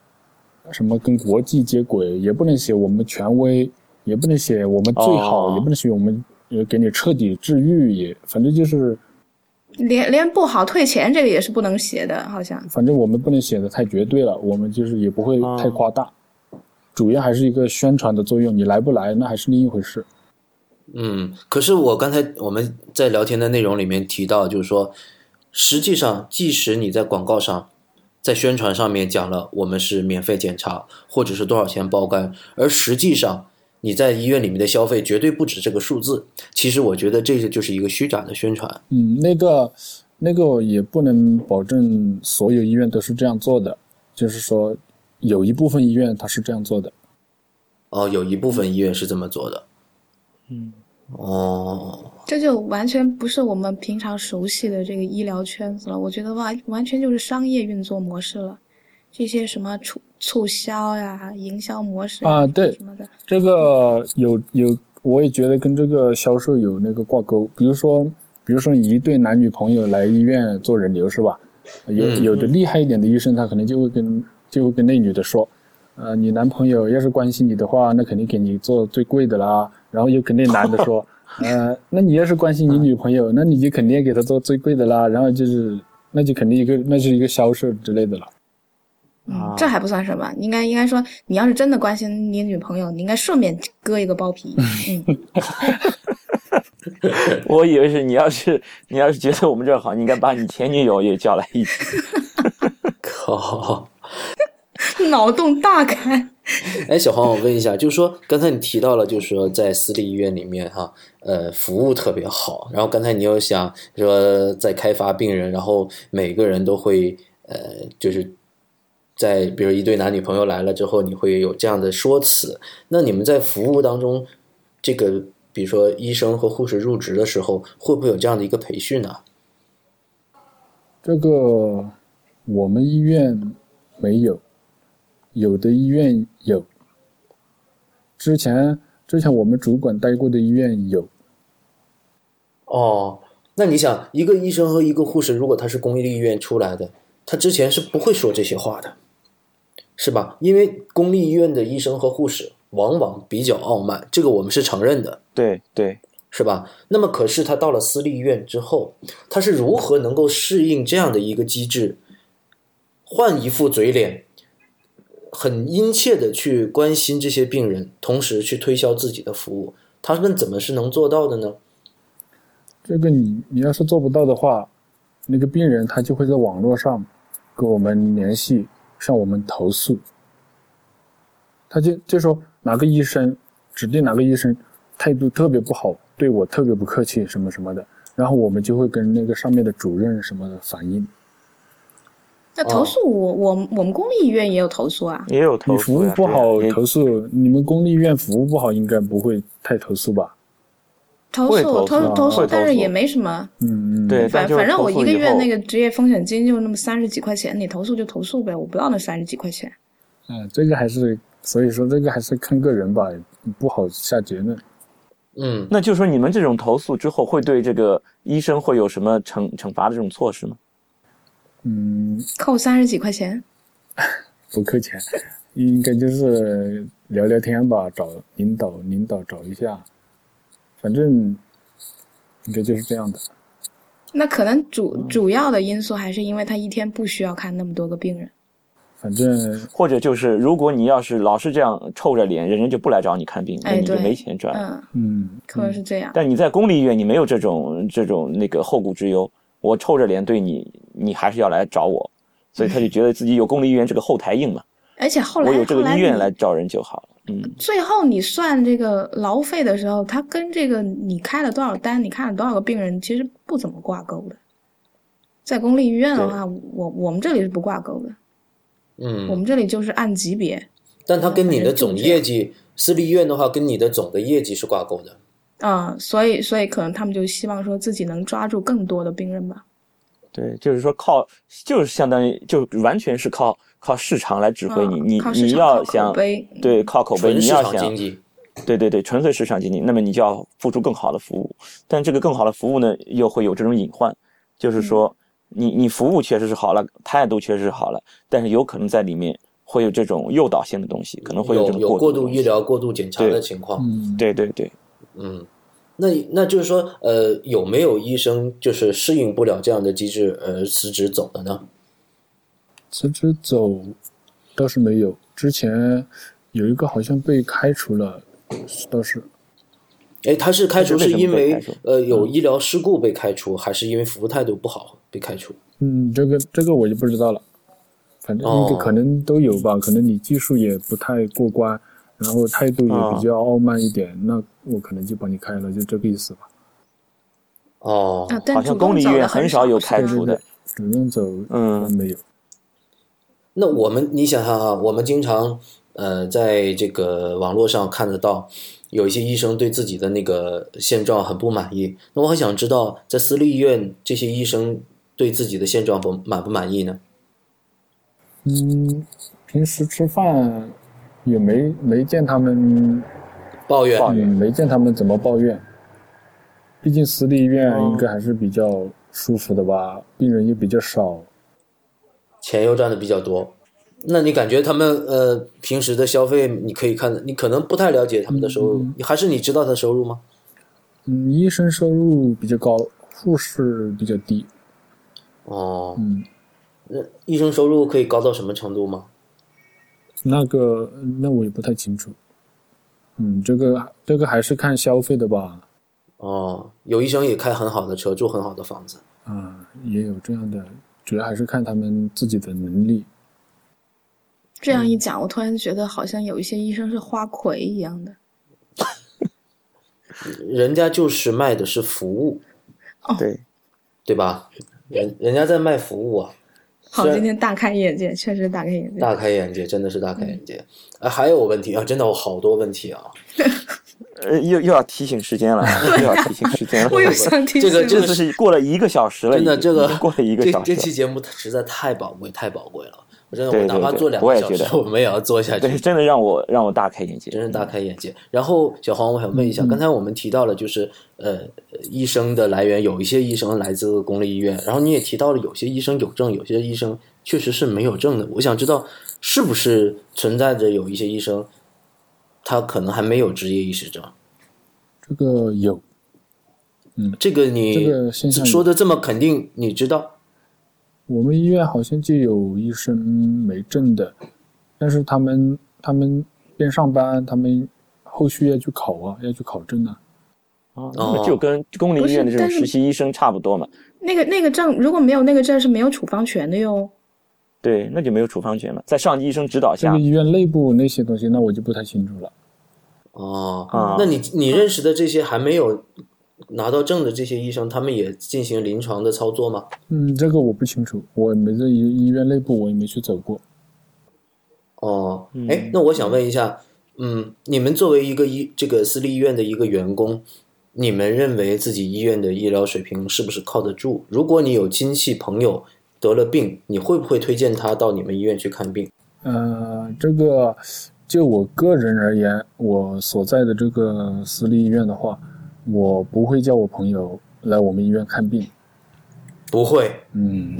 D: 什么跟国际接轨，也不能写我们权威，也不能写我们最好，
B: 哦
D: 也不能写我们呃给你彻底治愈，也反正就是
C: 连连不好退钱这个也是不能写的，好像。
D: 反正我们不能写的太绝对了，我们就是也不会
B: 哦
D: 太夸大，主要还是一个宣传的作用，你来不来那还是另一回事。
A: 嗯，可是我刚才我们在聊天的内容里面提到，就是说，实际上即使你在广告上、在宣传上面讲了我们是免费检查或者是多少钱包干，而实际上你在医院里面的消费绝对不止这个数字。其实我觉得这个就是一个虚假的宣传。
D: 嗯，那个那个也不能保证所有医院都是这样做的，就是说有一部分医院它是这样做的。
A: 哦，有一部分医院是这么做的。
B: 嗯，
A: 哦，
C: 这就完全不是我们平常熟悉的这个医疗圈子了。我觉得完完全就是商业运作模式了，这些什么促促销呀、营销模式呀
D: 啊对
C: 什么的，
D: 这个有有，我也觉得跟这个销售有那个挂钩。比如说，比如说你一对男女朋友来医院做人流是吧？有
A: 嗯
D: 有的厉害一点的医生，他可能就会跟就会跟那女的说，呃，你男朋友要是关心你的话，那肯定给你做最贵的啦。然后又跟那男的说，呃，那你要是关心你女朋友，那你就肯定给她做最贵的啦。然后就是，那就肯定一个那是一个销售之类的了。
C: 嗯
B: 啊，
C: 这还不算什么。应该应该说，你要是真的关心你女朋友，你应该顺便割一个包皮。嗯，
B: 我以为是你要是你要是觉得我们这儿好，你应该把你前女友也叫来一 起。
A: 靠！
C: 脑洞大开。
A: 哎，小黄，我问一下，就是说刚才你提到了，就是说在私立医院里面哈，呃，服务特别好。然后刚才你又想说在开发病人，然后每个人都会呃，就是在比如一对男女朋友来了之后，你会有这样的说辞。那你们在服务当中，这个比如说医生和护士入职的时候，会不会有这样的一个培训呢、
D: 这个我们医院没有，有的医院有。之前之前我们主管待过的医院有，
A: 哦，那你想，一个医生和一个护士，如果他是公立医院出来的，他之前是不会说这些话的，是吧？因为公立医院的医生和护士往往比较傲慢，这个我们是承认的，
B: 对对，
A: 是吧？那么，可是他到了私立医院之后，他是如何能够适应这样的一个机制，换一副嘴脸，很殷切的去关心这些病人，同时去推销自己的服务，他们怎么是能做到的呢？
D: 这个你你要是做不到的话，那个病人他就会在网络上跟我们联系，向我们投诉。他就就说哪个医生指定哪个医生态度特别不好，对我特别不客气什么什么的，然后我们就会跟那个上面的主任什么的反映。
C: 那投
B: 哦
C: 诉我我我们公立医院也有投诉啊，
B: 也有投
D: 你服
B: 诉
D: 务
B: 呀，
D: 不好
B: 对呀也
D: 投诉，你们公立医院服务不好应该不会太投诉吧？
C: 投
B: 会投
C: 诉
B: 诉
C: 投
D: 啊
C: 投诉
B: 会，
C: 但
B: 投
C: 是
B: 诉
C: 也没什么。
D: 嗯嗯，
B: 对，
C: 反
B: 但就是
C: 反正
B: 投
C: 我
B: 诉
C: 一个
B: 以
C: 月
B: 后
C: 那个职业风险金就那么三十几块钱，你投诉就投诉呗，我不要那三十几块钱。
D: 嗯，这个还是所以说这个还是看个人吧，不好下结论。
A: 嗯，
B: 那就说你们这种投诉之后，会对这个医生会有什么惩惩罚的这种措施吗？
D: 嗯，
C: 扣三十几块钱，
D: 不扣钱，应该就是聊聊天吧，找领导领导找一下，反正应该就是这样的。
C: 那可能主
B: 嗯
C: 主要的因素还是因为他一天不需要看那么多个病人。
D: 反正
B: 或者就是，如果你要是老是这样臭着脸，人人就不来找你看病，那
C: 哎
B: 你就
C: 对
B: 没钱赚。
C: 嗯，
D: 嗯，
C: 可能是这样。
B: 但你在公立医院，你没有这种这种那个后顾之忧。我臭着脸对你，你还是要来找我，所以他就觉得自己有公立医院这个后台硬嘛，
C: 而且后来
B: 我有这
C: 后
B: 个
C: 来
B: 医院
C: 你
B: 来找人就好了。嗯，
C: 最后你算这个劳费的时候，它跟这个你开了多少单，你看了多少个病人，其实不怎么挂钩的。在公立医院的话，我我们这里是不挂钩的，我
A: 嗯，
C: 们这里就是按级别。
A: 但它跟你的
C: 反正就
A: 总
C: 这样
A: 业绩，私立医院的话跟你的总的业绩是挂钩的。
C: 嗯，所以所以可能他们就希望说自己能抓住更多的病人吧。
B: 对，就是说靠，就是相当于就完全是靠靠市场来指挥你，
C: 嗯
B: 你
C: 靠市
B: 你
C: 场
B: 要
C: 靠口
B: 想
C: 碑
B: 对靠口碑，
A: 纯
B: 你
A: 市
B: 要
A: 场
B: 想
A: 经济，
B: 对对对，纯粹市场经济，那么你就要付出更好的服务，但这个更好的服务呢，又会有这种隐患，
A: 嗯
B: 就是说，你你服务确实是好了，态度确实是好了，但是有可能在里面会有这种诱导性的东西，可能会
A: 有
B: 这种
A: 有
B: 过
A: 过度
B: 的东
A: 医
B: 西。
A: 疗、过度检查
B: 对
A: 的情况。
D: 嗯，
B: 对对对，
A: 嗯，那那就是说，呃，有没有医生就是适应不了这样的机制而辞职走的呢？
D: 辞职走倒是没有，之前有一个好像被开除了，倒是
A: 哎，他是开除
B: 他是
A: 是
B: 为什么
A: 因
B: 被
A: 为
B: 开除
A: 呃有医疗事故被开除，还是因为服务态度不好被开除？
D: 嗯，这个这个我就不知道了，反正
A: 哦
D: 应该可能都有吧，可能你技术也不太过关，然后态度也
B: 哦
D: 比较傲慢一点，那我可能就把你开了，就这个意思吧。
A: 哦，
C: 啊，但
B: 好像
C: 主动
B: 公立医
C: 走的
B: 院
C: 很
B: 很少有
C: 是
B: 开
C: 吧
B: 除的，
D: 主动走，
B: 嗯
D: 没有，
A: 那我们你想想哈，我们经常呃在这个网络上看得到，有一些医生对自己的那个现状很不满意。那我很想知道，在私立医院这些医生对自己的现状不满不满意呢？
D: 嗯，平时吃饭也没没见他们，
A: 抱怨，
B: 抱怨
D: 嗯，没见他们怎么抱怨。毕竟私立医院
B: 哦
D: 应该还是比较舒服的吧，病人也比较少，
A: 钱又赚的比较多。那你感觉他们呃平时的消费，你可以看，你可能不太了解他们的收入，
B: 嗯
A: 你还是你知道他的收入吗？
D: 嗯，医生收入比较高，护士比较低，
A: 哦，
D: 嗯。
A: 那医生收入可以高到什么程度吗？
D: 那个那我也不太清楚。嗯，这个这个还是看消费的吧。
A: 哦，有医生也开很好的车，住很好的房子。
D: 啊，也有这样的，主要还是看他们自己的能力。
C: 这样一
B: 嗯
C: 讲，我突然觉得好像有一些医生是花魁一样的。
A: 人家就是卖的是服务，
B: 对，
A: 对吧？人人家在卖服务啊，
C: 好，
A: 是
C: 今天大开眼界，确实大开眼界。
A: 大开眼界，真的是大开眼界。啊，还有问题啊，真的我好多问题啊。
B: 呃，又又要提醒 时间了，又要提醒时间了。
C: 我有想提
A: 这个
C: 醒
A: 这
B: 这
A: 个
B: 次是过了一个小时了已
A: 真
B: 经，
A: 的，这个
B: 已经过了一个
A: 这
B: 小时
A: 这
B: 了。
A: 期节目它实在太宝贵，太宝贵了。我真的，
B: 对
A: 我哪怕
B: 对对
A: 做两
B: 我
A: 个
B: 也
A: 小时
B: 觉，得
A: 我们也要做下去
B: 对，。真的让我让我大开眼界。
A: 真是大开眼界。然后小黄，我想问一下，刚才我们提到了就是呃，医生的来源，有一些医生来自公立医院，然后你也提到了有些医生有证，有些医生确实是没有证的。我想知道是不是存在着有一些医生，他可能还没有职业医师证。
D: 这个有，
A: 这个你
D: 这个现象有
A: 说的这么肯定，你知道？
D: 我们医院好像就有医生没证的，但是他们他们边上班，他们后续要去考啊，要去考证啊。
B: 啊，
A: 哦
B: 那么就跟公立
C: 哦不
B: 医
C: 是
B: 院的这种
C: 但是
B: 实习医生差不多嘛。
C: 那个那个证，如果没有那个证是没有处方权的哟。
B: 对，那就没有处方权嘛，在上级医生指导
D: 这
B: 下
D: 个，医院内部那些东西，那我就不太清楚了。
A: 哦，
B: 啊
A: 那你你认识的这些还没有拿到证的这些医生，他们也进行临床的操作吗？
D: 嗯，这个我不清楚，我没在医医院内部，我也没去走过。
A: 哦，哎
B: 嗯，
A: 那我想问一下，嗯，你们作为一个医这个私立医院的一个员工，你们认为自己医院的医疗水平是不是靠得住？如果你有亲戚朋友得了病，你会不会推荐他到你们医院去看病？
D: 呃，这个就我个人而言，我所在的这个私立医院的话，我不会叫我朋友来我们医院看病。
A: 不会。
D: 嗯，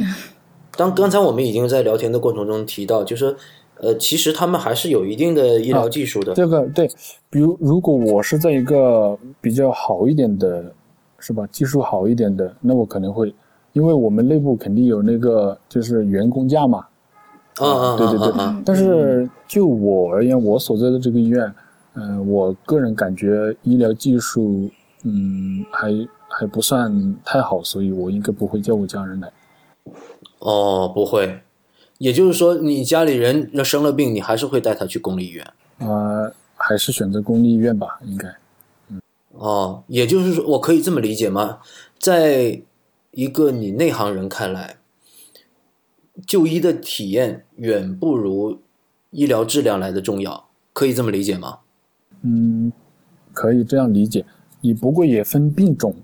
A: 当刚才我们已经在聊天的过程中提到，就是说，呃，其实他们还是有一定的医疗技术的。
D: 这个啊对，比如如果我是在一个比较好一点的，是吧？技术好一点的，那我可能会，因为我们内部肯定有那个就是员工价嘛，
A: 啊啊
D: 对对
A: 啊
D: 对
A: 啊啊！
D: 但是就我而言，我所在的这个医院，嗯、我个人感觉医疗技术，嗯，还还不算太好，所以我应该不会叫我家人来。
A: 哦，不会。也就是说，你家里人要生了病，你还是会带他去公立医院。
D: 啊、还是选择公立医院吧，应该。
A: 哦，也就是说，我可以这么理解吗？在一个你内行人看来，就医的体验远不如医疗质量来的重要，可以这么理解吗？
D: 嗯，可以这样理解。你不过也分病种，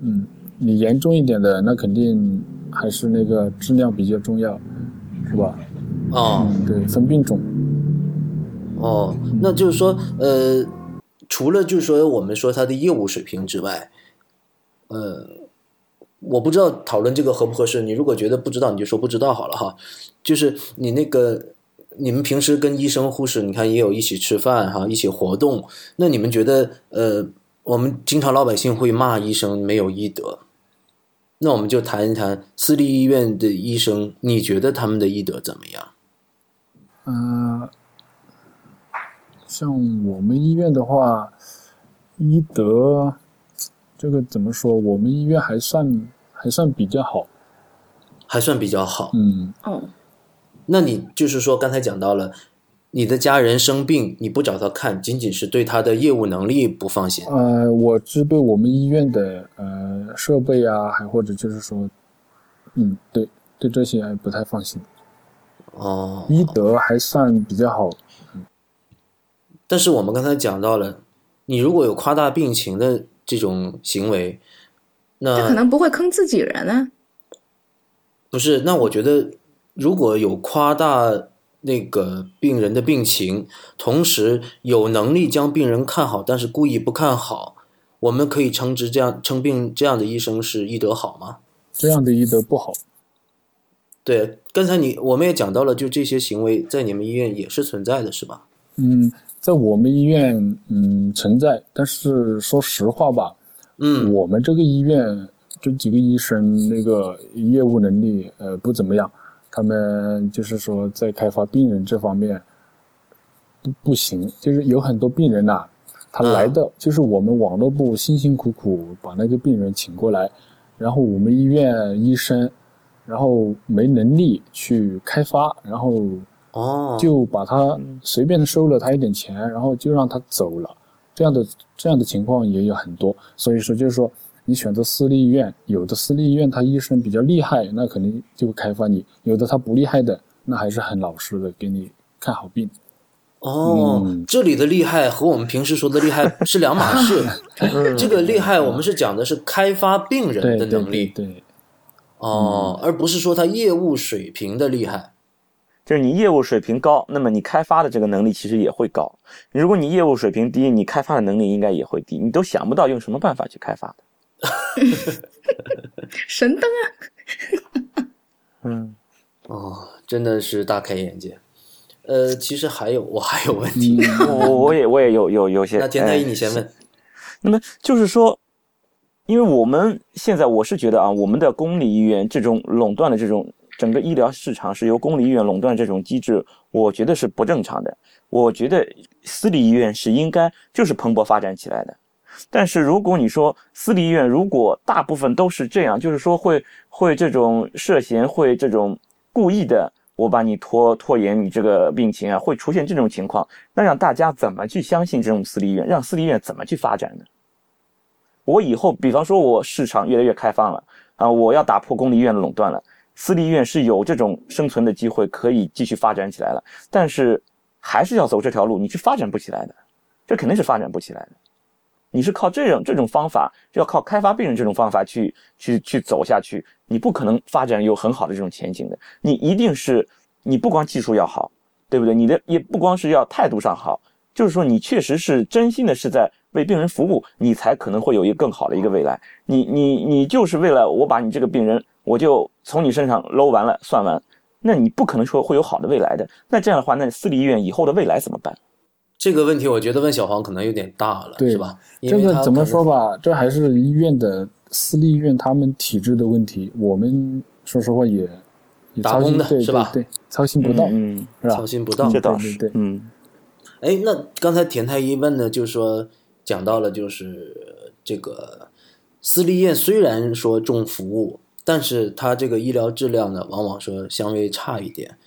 D: 嗯，你严重一点的，那肯定还是那个质量比较重要，是吧？
A: 哦
D: 嗯，对，分病种。
A: 哦，那就是说，呃，除了就是说我们说他的业务水平之外，呃，我不知道讨论这个合不合适。你如果觉得不知道，你就说不知道好了哈。就是你那个，你们平时跟医生、护士，你看也有一起吃饭哈，一起活动。那你们觉得，呃，我们经常老百姓会骂医生没有医德，那我们就谈一谈私立医院的医生，你觉得他们的医德怎么样？
D: 嗯、像我们医院的话，医德这个怎么说？我们医院还算还算比较好，
A: 还算比较好。
D: 嗯，
C: 哦，
A: 那你就是说，刚才讲到了，你的家人生病，你不找他看，仅仅是对他的业务能力不放心。
D: 呃，我是对我们医院的呃设备啊，还或者就是说，嗯，对对这些还不太放心。
A: 哦，
D: 医德还算比较好，
A: 但是我们刚才讲到了，你如果有夸大病情的这种行为，
C: 他可
A: 那
C: 能不会坑自己人啊。
A: 不是？那我觉得，如果有夸大那个病人的病情，同时有能力将病人看好，但是故意不看好，我们可以称之这样称病这样的医生是医德好吗？
D: 这样的医德不好。
A: 对，刚才你我们也讲到了，就这些行为在你们医院也是存在的，是吧？
D: 嗯，在我们医院，嗯，存在，但是说实话吧，
A: 嗯，
D: 我们这个医院这几个医生那个业务能力，呃，不怎么样。他们就是说在开发病人这方面不不行，就是有很多病人呐、他
A: 啊
D: 来的、就是我们网络部辛辛苦苦把那个病人请过来，然后我们医院医生，然后没能力去开发，然后
A: 哦，
D: 就把他随便收了他一点钱，然后就让他走了，这样的这样的情况也有很多。所以说，就是说你选择私立医院，有的私立医院他医生比较厉害，那肯定就会开发你；有的他不厉害的，那还是很老实的给你看好病。
A: 哦，
D: 嗯
A: 这里的厉害和我们平时说的厉害是两码 事。这个厉害，我们是讲的是开发病
D: 对
A: 人的
D: 对
A: 能
D: 对嗯
A: 力
D: 对，
A: 哦，而不是说他业务水平的厉害。
B: 就是你业务水平高，那么你开发的这个能力其实也会高。如果你业务水平低，你开发的能力应该也会低，你都想不到用什么办法去开发的。
C: 神灯啊！
B: 嗯，
A: 哦，真的是大开眼界。呃，其实还有我还有问题，
D: 嗯，
B: 我我我也我也有有有些。
A: 那田太医
B: 哎
A: 你先问。
B: 那么就是说，因为我们现在我是觉得啊，我们的公立医院这种垄断的这种整个医疗市场是由公立医院垄断这种机制，我觉得是不正常的。我觉得私立医院是应该就是蓬勃发展起来的。但是如果你说私立医院，如果大部分都是这样，就是说会会这种涉嫌会这种故意的我把你拖拖延你这个病情啊，会出现这种情况。那让大家怎么去相信这种私立医院？让私立医院怎么去发展呢？我以后，比方说，我市场越来越开放了啊，我要打破公立医院的垄断了，私立医院是有这种生存的机会，可以继续发展起来了。但是还是要走这条路，你是发展不起来的，这肯定是发展不起来的。你是靠这种这种方法，要靠开发病人这种方法去去去走下去，你不可能发展有很好的这种前景的。你一定是，你不光技术要好，对不对？你的也不光是要态度上好，就是说你确实是真心的是在为病人服务，你才可能会有一个更好的一个未来。你你你就是为了我把你这个病人，我就从你身上搂完了算完，那你不可能说会有好的未来的。那这样的话，那私立医院以后的未来怎么办？
A: 这个问题我觉得问小黄可能有点大了，
D: 对
A: 是吧？ 因
D: 这
A: 为
D: 个
A: 他
D: 怎么
A: 可能
D: 说？吧，这还是医院的私立医院他们体制的问题，我们说实话也也
A: 打
D: 操心
A: 工的
D: 对
A: 是吧
D: 对对，操心不到，
B: 嗯，
D: 是吧
A: 操？心不到
B: 这。倒
D: 对对
B: 是，
D: 对
B: 嗯。
A: 哎，那刚才田太医问呢，就说讲到了，就是呃这个私立医院虽然说重服务，但是它这个医疗质量呢，往往说相对差一点。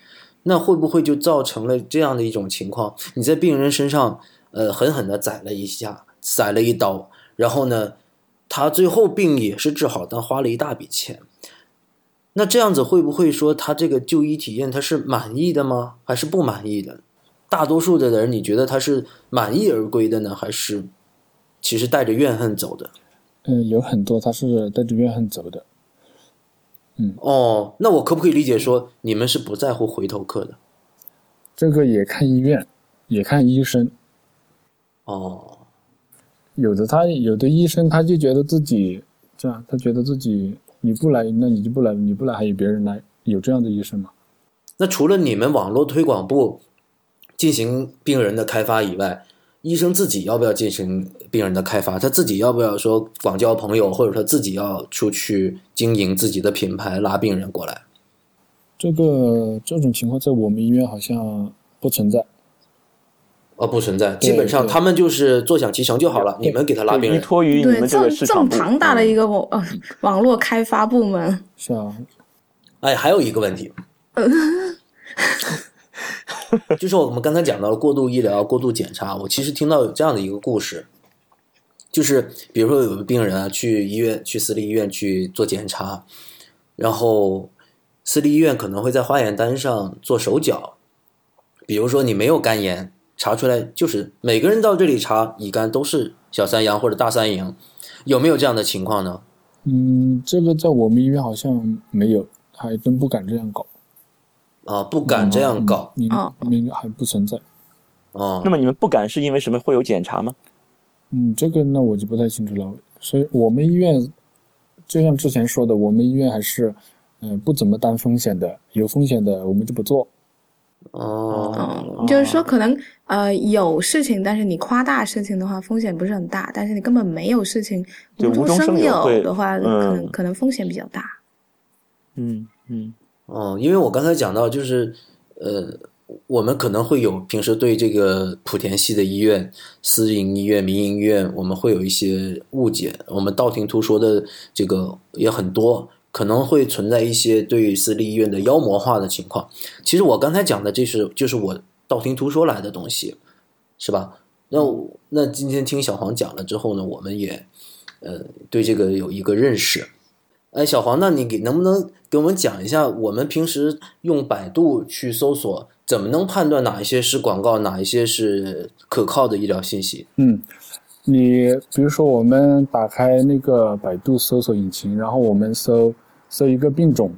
A: 那会不会就造成了这样的一种情况？你在病人身上，呃，狠狠的宰了一下，宰了一刀，然后呢，他最后病也是治好，但花了一大笔钱。那这样子会不会说他这个就医体验他是满意的吗？还是不满意的？大多数的人，你觉得他是满意而归的呢，还是其实带着怨恨走的？
D: 嗯，有很多他是带着怨恨走的，
A: 哦，那我可不可以理解说你们是不在乎回头客的？
D: 这个也看医院，也看医生，
A: 哦，
D: 有的他有的医生他就觉得自己这样，他觉得自己你不来，那你就不来，你不来还有别人来，有这样的医生吗？
A: 那除了你们网络推广部进行病人的开发以外，医生自己要不要进行病人的开发？他自己要不要说广交朋友，或者说自己要出去经营自己的品牌，拉病人过来？
D: 这个这种情况在我们医院好像不存在，
A: 哦，不存在，
D: 对
A: 基本上
D: 对
A: 他们就是坐享其成就好了。
D: 对
A: 你们给他拉
B: 对
A: 病
B: 依
A: 人，
B: 托于你
C: 对
B: 们这
C: 这
B: 个
C: 么
B: 市
C: 这
B: 场
C: 么
B: 部嗯
C: 庞大的一个网、呃网络开发部门，
D: 是啊，
A: 哎，还有一个问 题，就是我们刚才讲到了过度医疗、过度检查，我其实听到有这样的一个故事，就是比如说有个病人啊，去医院去私立医院去做检查，然后私立医院可能会在化验单上做手脚，比如说你没有肝炎，查出来就是每个人到这里查乙肝都是小三阳或者大三阳，有没有这样的情况呢？
D: 嗯，这个在我们医院好像没有，还真不敢这样搞，嗯
A: 啊，不敢这样搞
D: 你
C: 哦
D: 你还不存在，
A: 啊
B: 嗯那。么你们不敢是因为什么会有检查吗？
D: 嗯，这个那我就不太清楚了，所以我们医院就像之前说的，我们医院还是嗯、呃不怎么担风险的，有风险的我们就不做，
A: 哦，
C: 嗯，就是说可能呃有事情，但是你夸大事情的话，风险不是很大；但是你根本没有事情，
B: 对
C: 无
B: 无中
C: 生
B: 生有会
C: 的话，
B: 嗯
C: 可能可能风险比较大。
B: 嗯嗯
A: 哦，因为我刚才讲到，就是呃，我们可能会有平时对这个莆田系的医院、私营医院、民营医院，我们会有一些误解，我们道听途说的这个也很多，可能会存在一些对私立医院的妖魔化的情况。其实我刚才讲的，这是就是我道听途说来的东西，是吧？那我那今天听小黄讲了之后呢，我们也呃对这个有一个认识。哎，小黄，那你给能不能给我们讲一下，我们平时用百度去搜索，怎么能判断哪一些是广告，哪一些是可靠的医疗信息？
D: 嗯，你比如说，我们打开那个百度搜索引擎，然后我们搜搜一个病种，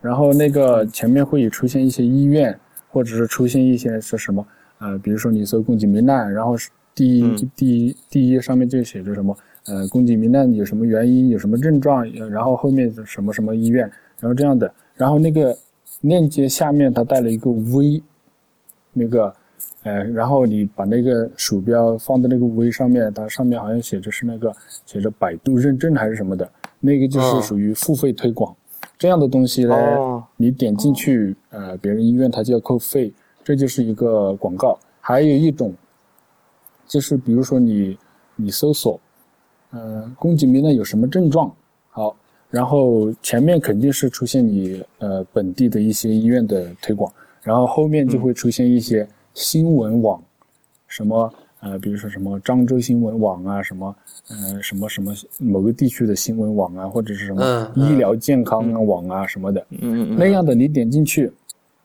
D: 然后那个前面会有出现一些医院，或者是出现一些是什么？呃，比如说你搜宫颈糜烂，然后是第一、
B: 嗯
D: 第一第一上面就写着什么？呃，宫颈糜烂有什么原因，有什么症状，呃然后后面是什么什么医院，然后这样的，然后那个链接下面它带了一个 V，那个呃，然后你把那个鼠标放到那个 V 上面，它上面好像写着是那个写着百度认证还是什么的，那个就
A: 哦
D: 是属于付费推广。这样的东西呢，
B: 哦
D: 你点进去，呃，别人医院它就要扣费，这就是一个广告。还有一种，就是比如说你你搜索，呃，宫颈糜烂有什么症状？好，然后前面肯定是出现你呃本地的一些医院的推广，然后后面就
A: 嗯
D: 会出现一些新闻网，什么呃，比如说什么漳州新闻网啊，什么呃什么什么某个地区的新闻网啊，或者是什么
A: 嗯嗯
D: 医疗健康啊网啊什么的，
B: 嗯嗯
D: 那样的你点进去，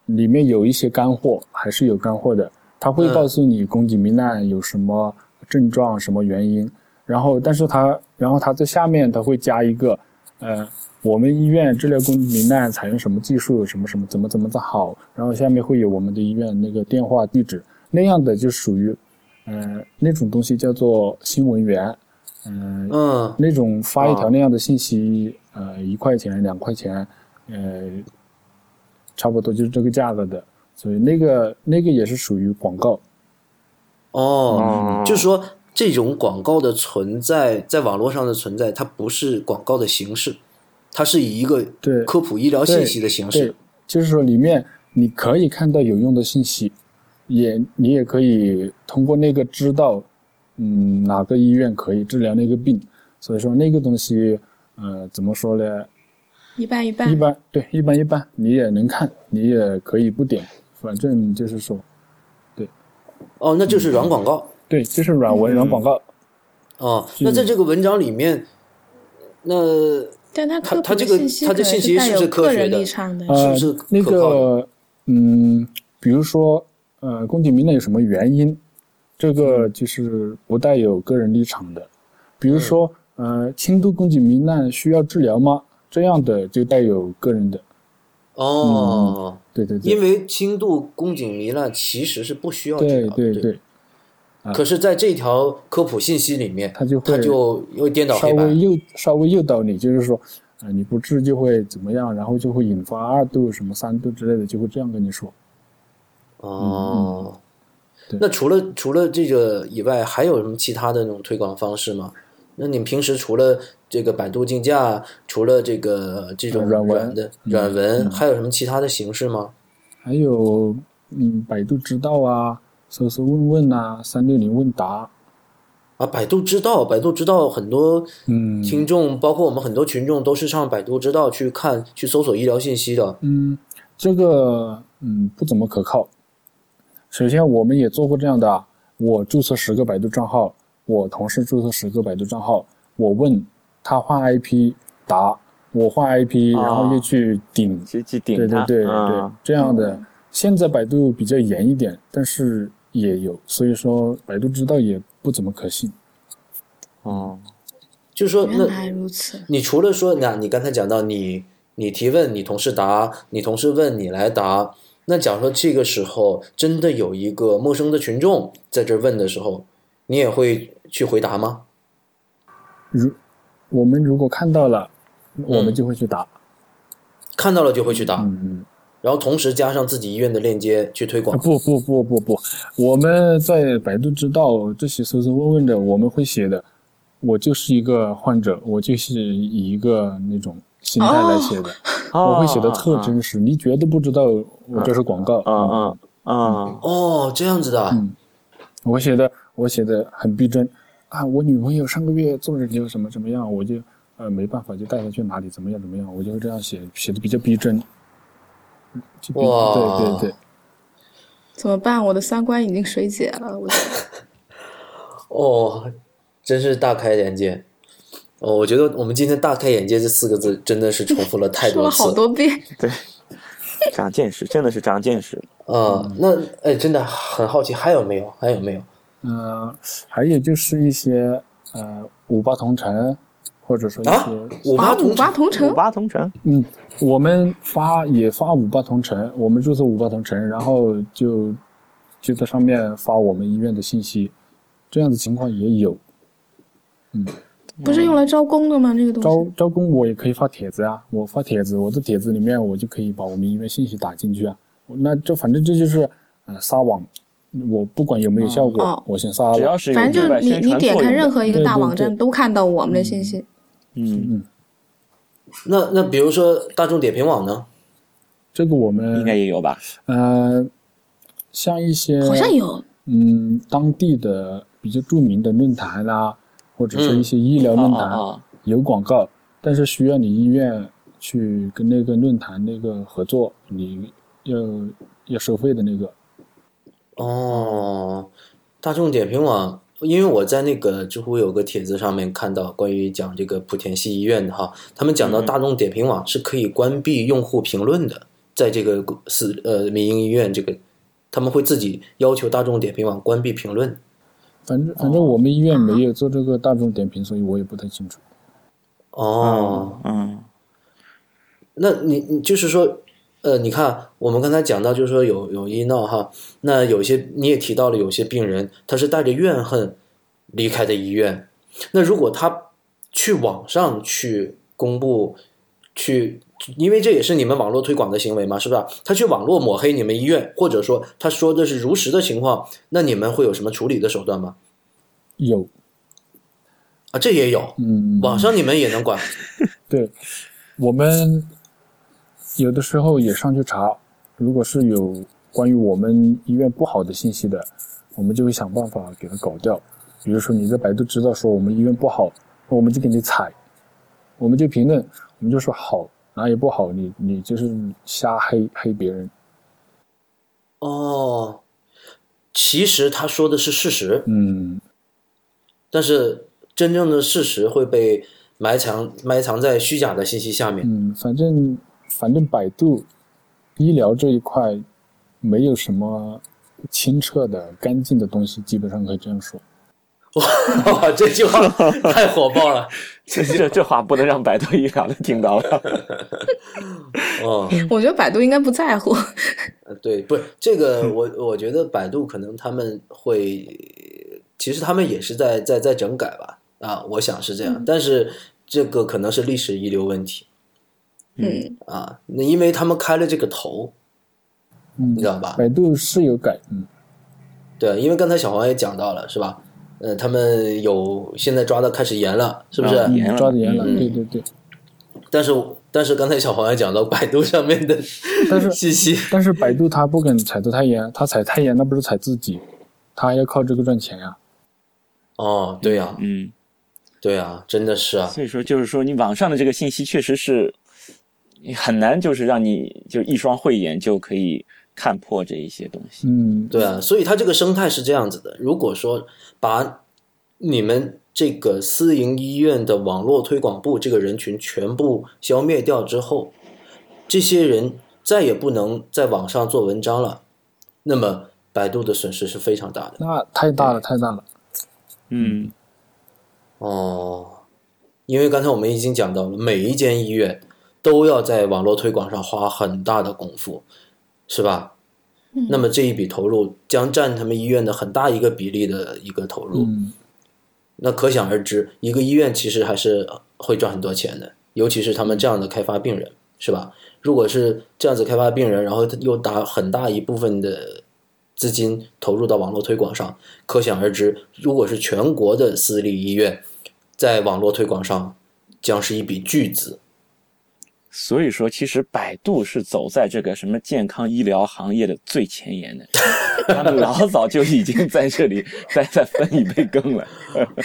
D: 里面有一些干货，还是有干货的。它会
A: 嗯
D: 告诉你宫颈糜烂有什么症状、什么原因，然后但是它，然后它在下面它会加一个，呃，我们医院治疗宫颈糜烂采用什么技术，什么什么怎么怎么的好，然后下面会有我们的医院那个电话地址，那样的就属于，呃，那种东西叫做新闻源，嗯、
A: 嗯
D: 那种发一条
B: 啊
D: 那样的信息，呃，一块钱、两块钱，呃，差不多就是这个价格的。所以那个那个也是属于广告，
A: 哦，
B: 嗯
A: 就是说这种广告的存在，在网络上的存在，它不是广告的形式，它是以一个
D: 对
A: 科普医疗信息的形
D: 对
A: 式。，
D: 就是说里面你可以看到有用的信息，也你也可以通过那个知道，嗯，哪个医院可以治疗那个病。所以说那个东西，呃，怎么说呢？
C: 一半一
D: 一
C: 半，
D: 般对，一般一般，你也能看，你也可以不点，反正就是说，
A: 哦，那就是软广告。
D: 对，就是软文、软广告。
A: 哦，那在这个文章里面，那
C: 但它科
A: 它
C: 普
A: 这
C: 的
A: 个
C: 信息
A: 它
C: 可
A: 这
C: 能
A: 信息
C: 是带
A: 是不是
C: 有
A: 科
C: 个
A: 学
C: 人
A: 的
C: 立场的，
A: 是
D: 呃，
A: 不是
D: 那
A: 可靠
D: 个嗯，比如说呃，宫颈糜烂有什么原因？这个
A: 嗯
D: 就是不带有个人立场的。比如说、
A: 嗯
D: 呃，轻度宫颈糜烂需要治疗吗？这样的就带有个人的，
A: 哦，
D: 对对对，
A: 因为轻度宫颈糜烂其实是不需要治
D: 对
A: 疗的，
D: 对
A: 对
D: 对，啊
A: 可是，在这条科普信息里面，
D: 它就
A: 它
D: 会
A: 就又颠倒
D: 稍
A: 黑
D: 微
A: 白。
D: 诱稍微诱导你，就是说。啊、你不治就会怎么样，然后就会引发二度、什么三度之类的，就会这样跟你说。嗯
A: 哦，
D: 对
A: 那除了除了这个以外，还有什么其他的那种推广方式吗？那你们平时除了这个百度竞价，除了这个这种
D: 呃软文嗯
A: 的软文，还有什么其他的形式吗？
D: 还有嗯，百度知道啊，搜搜问问啊，三六零问答，
A: 啊，百度知道，百度知道很多
D: 嗯
A: 听众，包括我们很多群众，都是上百度知道去看、去搜索医疗信息的。
D: 嗯，这个嗯不怎么可靠。首先，我们也做过这样的啊，我注册十个百度账号，我同事注册十个百度账号，我问他换 IP 答，我换 IP，
B: 啊
D: 然后又去顶，
B: 去去
D: 对
B: 顶
D: 对
B: 它，
D: 对对
B: 嗯，
D: 这样的。现在百度比较严一点，但是也有，所以说百度知道也不怎么可信。
B: 嗯
A: 就是说，
C: 原
A: 那
C: 来如此。
A: 你除了说，那你刚才讲到你你提问，你同事答，你同事问你来答。那假如说这个时候真的有一个陌生的群众在这儿问的时候，你也会去回答吗？
D: 如我们如果看到了，我
B: 嗯
D: 们就会去打。
A: 看到了就会去答，
D: 嗯，
A: 然后同时加上自己医院的链接去推
D: 啊
A: 广。
D: 不不不不不，我们在百度知道这些搜搜问问的，我们会写的。我就是一个患者，我就是以一个那种心态来写的，
B: 哦
D: 我会写的特真实。你绝对不知道我这是广告，
B: 啊啊啊
A: 哦，这样子的啊，
D: 嗯我写的我写的很逼真啊！我女朋友上个月做人就什么怎么样，我就呃没办法就带她去哪里怎么样怎么样，我就会这样写，写的比较逼真。嗯就比
A: 哇
D: 对对对，
C: 怎么办？我的三观已经水解了，我觉得
A: 哦，真是大开眼界。哦，我觉得我们今天“大开眼界”这四个字真的是重复了太
C: 说
A: 多
C: 了
A: 次
C: 好多遍。
B: 对，长见识，真的是长见识。
A: 啊、那哎，真的很好奇，还有没有？还有没有？
D: 嗯、还有就是一些呃五八同城，或者说一些、
A: 啊，五八
C: 啊，
A: 同
C: 五八同
B: 五
C: 城，
B: 八同城，
D: 嗯，我们发也发五八同城，我们注册五八同城，然后就就在上面发我们医院的信息，这样的情况也有。
C: 嗯不是用来招工的吗？那个东
D: 招
C: 西。
D: 招工我也可以发帖子啊，我发帖子，我的帖子里面我就可以把我们医院信息打进去啊。那这反正这就是呃撒网，我不管有没有效果，
C: 哦
D: 我先撒
B: 啊只
D: 了。
B: 要是有
C: 反
B: 对
C: 正就
B: 外
C: 是你
B: 宣
C: 你
B: 传
C: 点
B: 作
C: 开
B: 用
C: 任
B: 的，
C: 何一个
D: 对
C: 大
D: 对
C: 网站
D: 对
C: 都看到我们的信息。
B: 嗯，
A: 那那比如说大众点评网呢？
D: 这个我
B: 嗯应该
D: 们
B: 也有吧？
D: 呃，像一些
C: 好像有，
D: 嗯当地的比较著名的论坛啦、或者是一些医疗论坛、
B: 啊啊啊
D: 有广告，但是需要你医院去跟那个论坛那个合作，你要要收费的那个。
A: 哦，大众点评网，因为我在那个知乎有个帖子上面看到关于讲这个莆田系医院的哈，他们讲到
B: 嗯
A: 大众点评网是可以关闭用户评论的，在这个私呃民营医院这个，他们会自己要求大众点评网关闭评论。
D: 反正反正我们医院没有做这个大众点评，所以我也不太清楚。
A: 哦，
B: 嗯
A: 那你你就是说，呃，你看我们刚才讲到，就是说有有医闹哈，那有些你也提到了，有些病人他是带着怨恨离开的医院，那如果他去网上去公布，去。因为这也是你们网络推广的行为嘛，是吧？他去网络抹黑你们医院，或者说他说的是如实的情况，那你们会有什么处理的手段吗？
D: 有，
A: 啊，这也有，
D: 嗯，
A: 网上你们也能管。
D: 对，我们有的时候也上去查，如果是有关于我们医院不好的信息的，我们就会想办法给它搞掉。比如说你在百度知道说我们医院不好，我们就给你踩，我们就评论，我们就说好，哪里不好，你你就是瞎黑黑别人。
A: 哦，其实他说的是事实，
D: 嗯，
A: 但是真正的事实会被埋藏埋藏在虚假的信息下面。
D: 嗯，反正反正百度医疗这一块没有什么清澈的、干净的东西，基本上可以这样说。
A: 哇，这句话太火爆了！
B: 这这这话不能让百度医疗的听到了。
A: 哦，呃
C: 我觉得百度应该不在乎。
A: 对，不是这个，我我觉得百度可能他们会，其实他们也是在在在整改吧，啊，我想是这样，但是这个可能是历史遗留问题
C: 嗯，
A: 啊，那因为他们开了这个头，
D: 嗯
A: 你知，道吧？
D: 百度是有改，嗯，
A: 对，因为刚才小黄也讲到了，是吧？呃，他们有现在抓的开始严了，是不是？
B: 啊严了
D: 抓的严了，
A: 嗯
D: 对对对。
A: 但是但是刚才小黄也讲到百度上面的
D: 但是
A: 信息，
D: 但是百度它不肯踩得太严，它踩太严，那不是踩自己，它还要靠这个赚钱呀、
A: 哦，对呀、
B: 嗯，
A: 对呀、真的是啊，
B: 所以说就是说你网上的这个信息确实是很难，就是让你就一双慧眼就可以看破这一些东西。
D: 嗯，
A: 对啊，所以它这个生态是这样子的。如果说把你们这个私营医院的网络推广部这个人群全部消灭掉之后，这些人再也不能在网上做文章了，那么百度的损失是非常大的。
D: 那太大了，太大了。
B: 嗯
A: 哦，因为刚才我们已经讲到了，每一间医院都要在网络推广上花很大的功夫，是吧？
C: 嗯
A: 那么这一笔投入将占他们医院的很大一个比例的一个投入，
D: 嗯，
A: 那可想而知，一个医院其实还是会赚很多钱的，尤其是他们这样的开发病人，是吧？如果是这样子开发病人，然后又打很大一部分的资金投入到网络推广上，可想而知，如果是全国的私立医院在网络推广上，将是一笔巨资。
B: 所以说，其实百度是走在这个什么健康医疗行业的最前 沿的，他们老早就已经在这里在在分一杯羹了。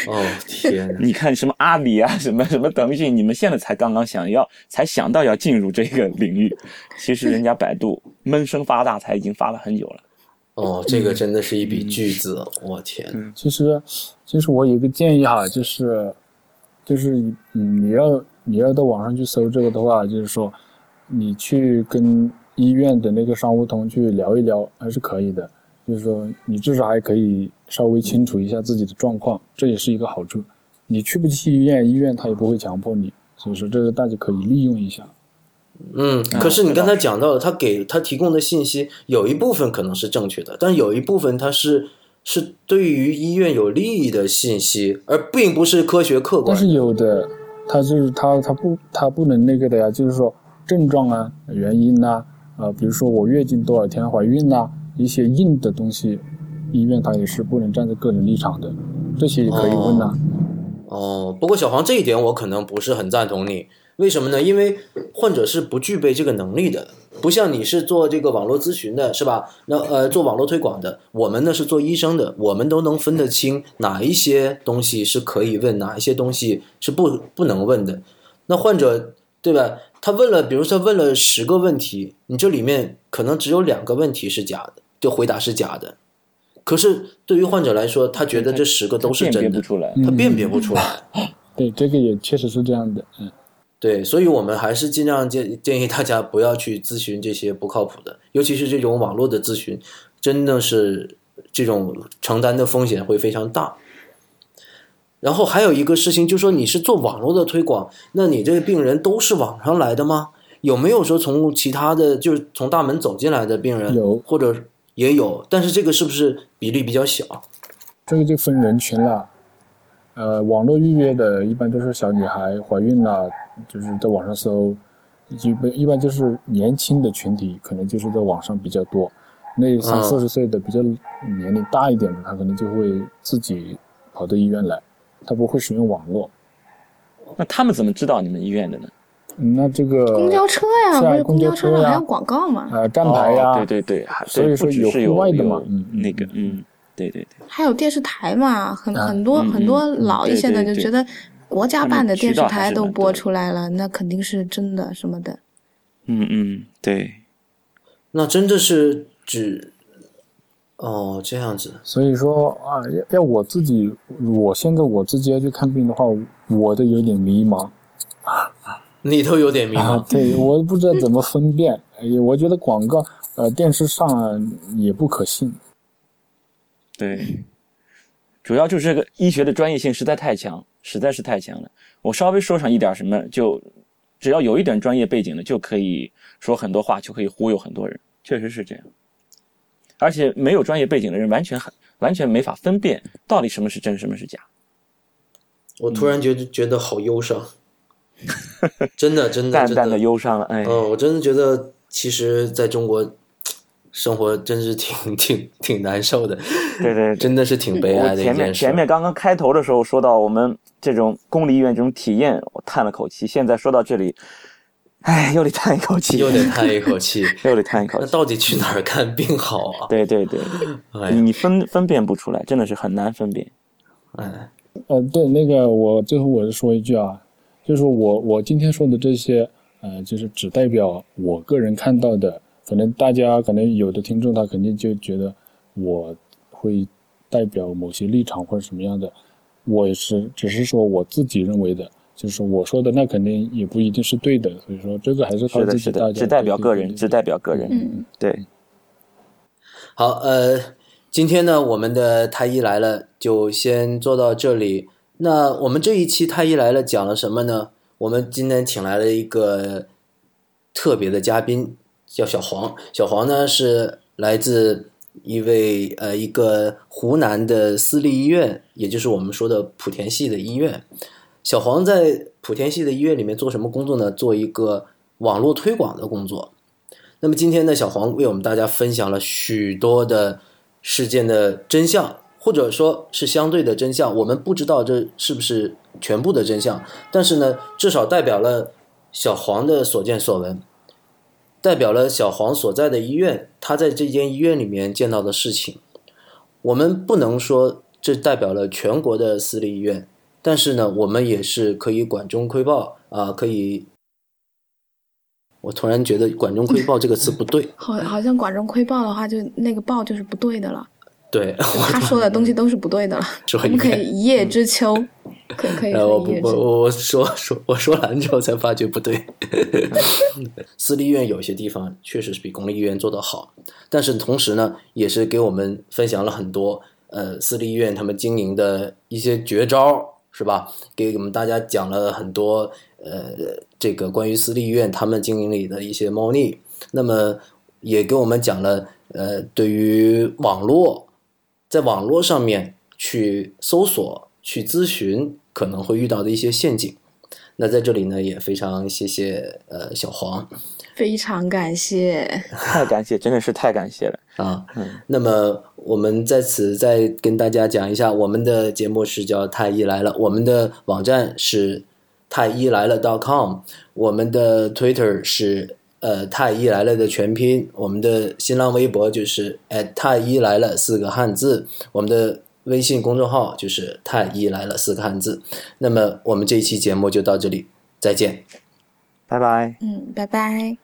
A: 哦天哪！
B: 你看什么阿里啊，什么什么腾讯，你们现在才刚刚想要，才想到要进入这个领域，其实人家百度闷声发大财已经发了很久了。
A: 哦，这个真的是一笔巨资，我天哪！
D: 其实其实我有一个建议哈，就是就是嗯，你要你要到网上去搜这个的话，就是说你去跟医院的那个商务通去聊一聊还是可以的，就是说你至少还可以稍微清楚一下自己的状况，这也是一个好处。你去不去医院，医院他也不会强迫你，所以说这个大家可以利用一下。
A: 嗯，
D: 啊
A: 可是你刚才讲到了，他给他提供的信息有一部分可能是正确的，但有一部分它是是对于医院有利益的信息，而并不是科学客
D: 但
A: 观。
D: 是有的，他就是他他不他不能那个的呀，就是说症状啊、原因呐、啊，呃，比如说我月经多少天、怀孕呐、一些硬的东西，医院他也是不能站在个人立场的，这些也可以问啊呐、
A: 哦，不过小黄这一点我可能不是很赞同你，为什么呢？因为患者是不具备这个能力的，不像你是做这个网络咨询的，是吧？那呃，做网络推广的，我们呢是做医生的，我们都能分得清哪一些东西是可以问，哪一些东西是不不能问的。那患者对吧？他问了，比如说问了十个问题，你这里面可能只有两个问题是假的，就回答是假的。可是对于患者来说，他觉得这十个都是
B: 辨别
A: 真
B: 不
A: 的，
B: 出来。
A: 他辨别不出来。
D: 对，这个也确实是这样的，嗯，
A: 对，所以我们还是尽量建建议大家不要去咨询这些不靠谱的，尤其是这种网络的咨询，真的是这种承担的风险会非常大。然后还有一个事情，就说你是做网络的推广，那你这个病人都是网上来的吗？有没有说从其他的，就是从大门走进来的病人，
D: 有
A: 或者也有，但是这个是不是比例比较小？
D: 这个就分人群了。呃，网络预约的一般都是小女孩怀孕了，就是在网上搜，一般一般就是年轻的群体，可能就是在网上比较多。那
A: 嗯
D: 三四十岁的比较年龄大一点的，他可能就会自己跑到医院来，他不会使用网络。
B: 那他们怎么知道你们医院的呢？
D: 嗯那这个
C: 公交车呀，
D: 是啊
C: 不是公交车
D: 公交
C: 上
D: 车呀
C: 还有广告嘛，
D: 呃站牌呀、
B: 哦对对对，还
D: 所以说
B: 对不只
D: 有
B: 是
D: 户
B: 有
D: 外的
B: 有
D: 嘛嗯嗯
B: 那个嗯，对对对，
C: 还有电视台嘛，很
D: 啊
C: 很多
B: 嗯
C: 很多
B: 嗯嗯
C: 老一些的
B: 对
C: 就
B: 对
C: 觉得国家办的电视台都
B: 他
C: 播
B: 们渠道还是蛮多的
C: 出来了，那肯定是真的什么的。
B: 嗯嗯对，
A: 那真的是只哦这样子，
D: 所以说啊，要要我自己，我现在我自己要去看病的话，我都有点迷茫
A: 你都有点迷茫。
D: 啊， 对，我都不知道怎么分辨。哎呀，我觉得广告，呃，电视上啊也不可信。
B: 对，主要就是这个医学的专业性实在太强，实在是太强了。我稍微说上一点什么，就只要有一点专业背景的，就可以说很多话，就可以忽悠很多人，确实是这样。而且没有专业背景的人，完全很完全没法分辨到底什么是真，什么是假。
A: 我突然
B: 嗯
A: 觉得觉得好忧伤， 真的真的
B: 淡
A: 真
B: 淡的
A: 的，
B: 忧伤了，哎，
A: 嗯，我真的觉得其实在中国生活真是挺 挺挺难受的，
B: 对对对。
A: 真的是挺悲哀
B: 我
A: 的
B: 前
A: 一
B: 面
A: 件事
B: 前。面刚刚开头的时候说到我们这种公立医院这种体验，我叹了口气。现在说到这里，哎，又得叹一口气，
A: 又得叹一口 气，
B: 又得叹一口
A: 那
B: 气。
A: 到底去哪儿看病好啊？
B: 对对对，
A: 哎呀，
B: 你你分分辨不出来，真的是很难分辨。
A: 哎，
D: 呃，对，那个我最后我说一句啊，就是我我今天说的这些，呃，就是只代表我个人看到的，可能大家可能有的听众他肯定就觉得我会代表某些立场或者什么样的，我也是只是说我自己认为的，就是我说的那肯定也不一定是对的，所以说这个还是靠
B: 是
D: 自
B: 的，
D: 己
B: 是
D: 大家
B: 的，只代表个人，只
D: 知
B: 代表个人。
C: 嗯，
B: 对，
A: 好，呃，今天呢，我们的太医来了就先做到这里。那我们这一期太医来了讲了什么呢？我们今天请来了一个特别的嘉宾，叫小黄。小黄呢是来自一位呃一个湖南的私立医院，也就是我们说的莆田系的医院。小黄在莆田系的医院里面做什么工作呢？做一个网络推广的工作。那么今天呢，小黄为我们大家分享了许多的事件的真相，或者说是相对的真相。我们不知道这是不是全部的真相，但是呢，至少代表了小黄的所见所闻，代表了小黄所在的医院，他在这间医院里面见到的事情。我们不能说这代表了全国的私立医院，但是呢，我们也是可以管中窥豹啊、可以。我突然觉得“管中窥豹”这个词不对，
C: 好，好像管中窥豹的话，就那个豹就是不对的了，
A: 对，
C: 他说的东西都是不对的了。
A: 说
C: 我
A: 一
C: 们可
A: 遍。
C: 以一叶知秋，可可以
A: 呃，我
C: 说一
A: 不
C: 叶，知
A: 我
C: 秋。
A: 我我说 说我说完之后才发觉不对。 私立医院有些地方确实是比公立医院做得好，但是同时呢，也是给我们分享了很多呃私立医院他们经营的一些绝招，是吧？给我们大家讲了很多呃这个关于私立医院他们经营里的一些猫腻，那么也给我们讲了呃对于网络在网络上面去搜索、去咨询可能会遇到的一些陷阱。那在这里呢，也非常谢谢呃小黄
C: 非常感谢，
B: 太感谢，真的是太感谢了。
A: 啊。
B: 嗯
A: 那么我们在此再跟大家讲一下，我们的节目是叫《太医来了》，我们的网站是太医来了 .com，我们的 Twitter 是呃太医来了的全拼，我们的新浪微博就是 at 太医来了四个汉字，我们的微信公众号就是太医来了四个汉字。那么我们这一期节目就到这里，再见。
B: 拜拜。
C: 嗯，拜拜。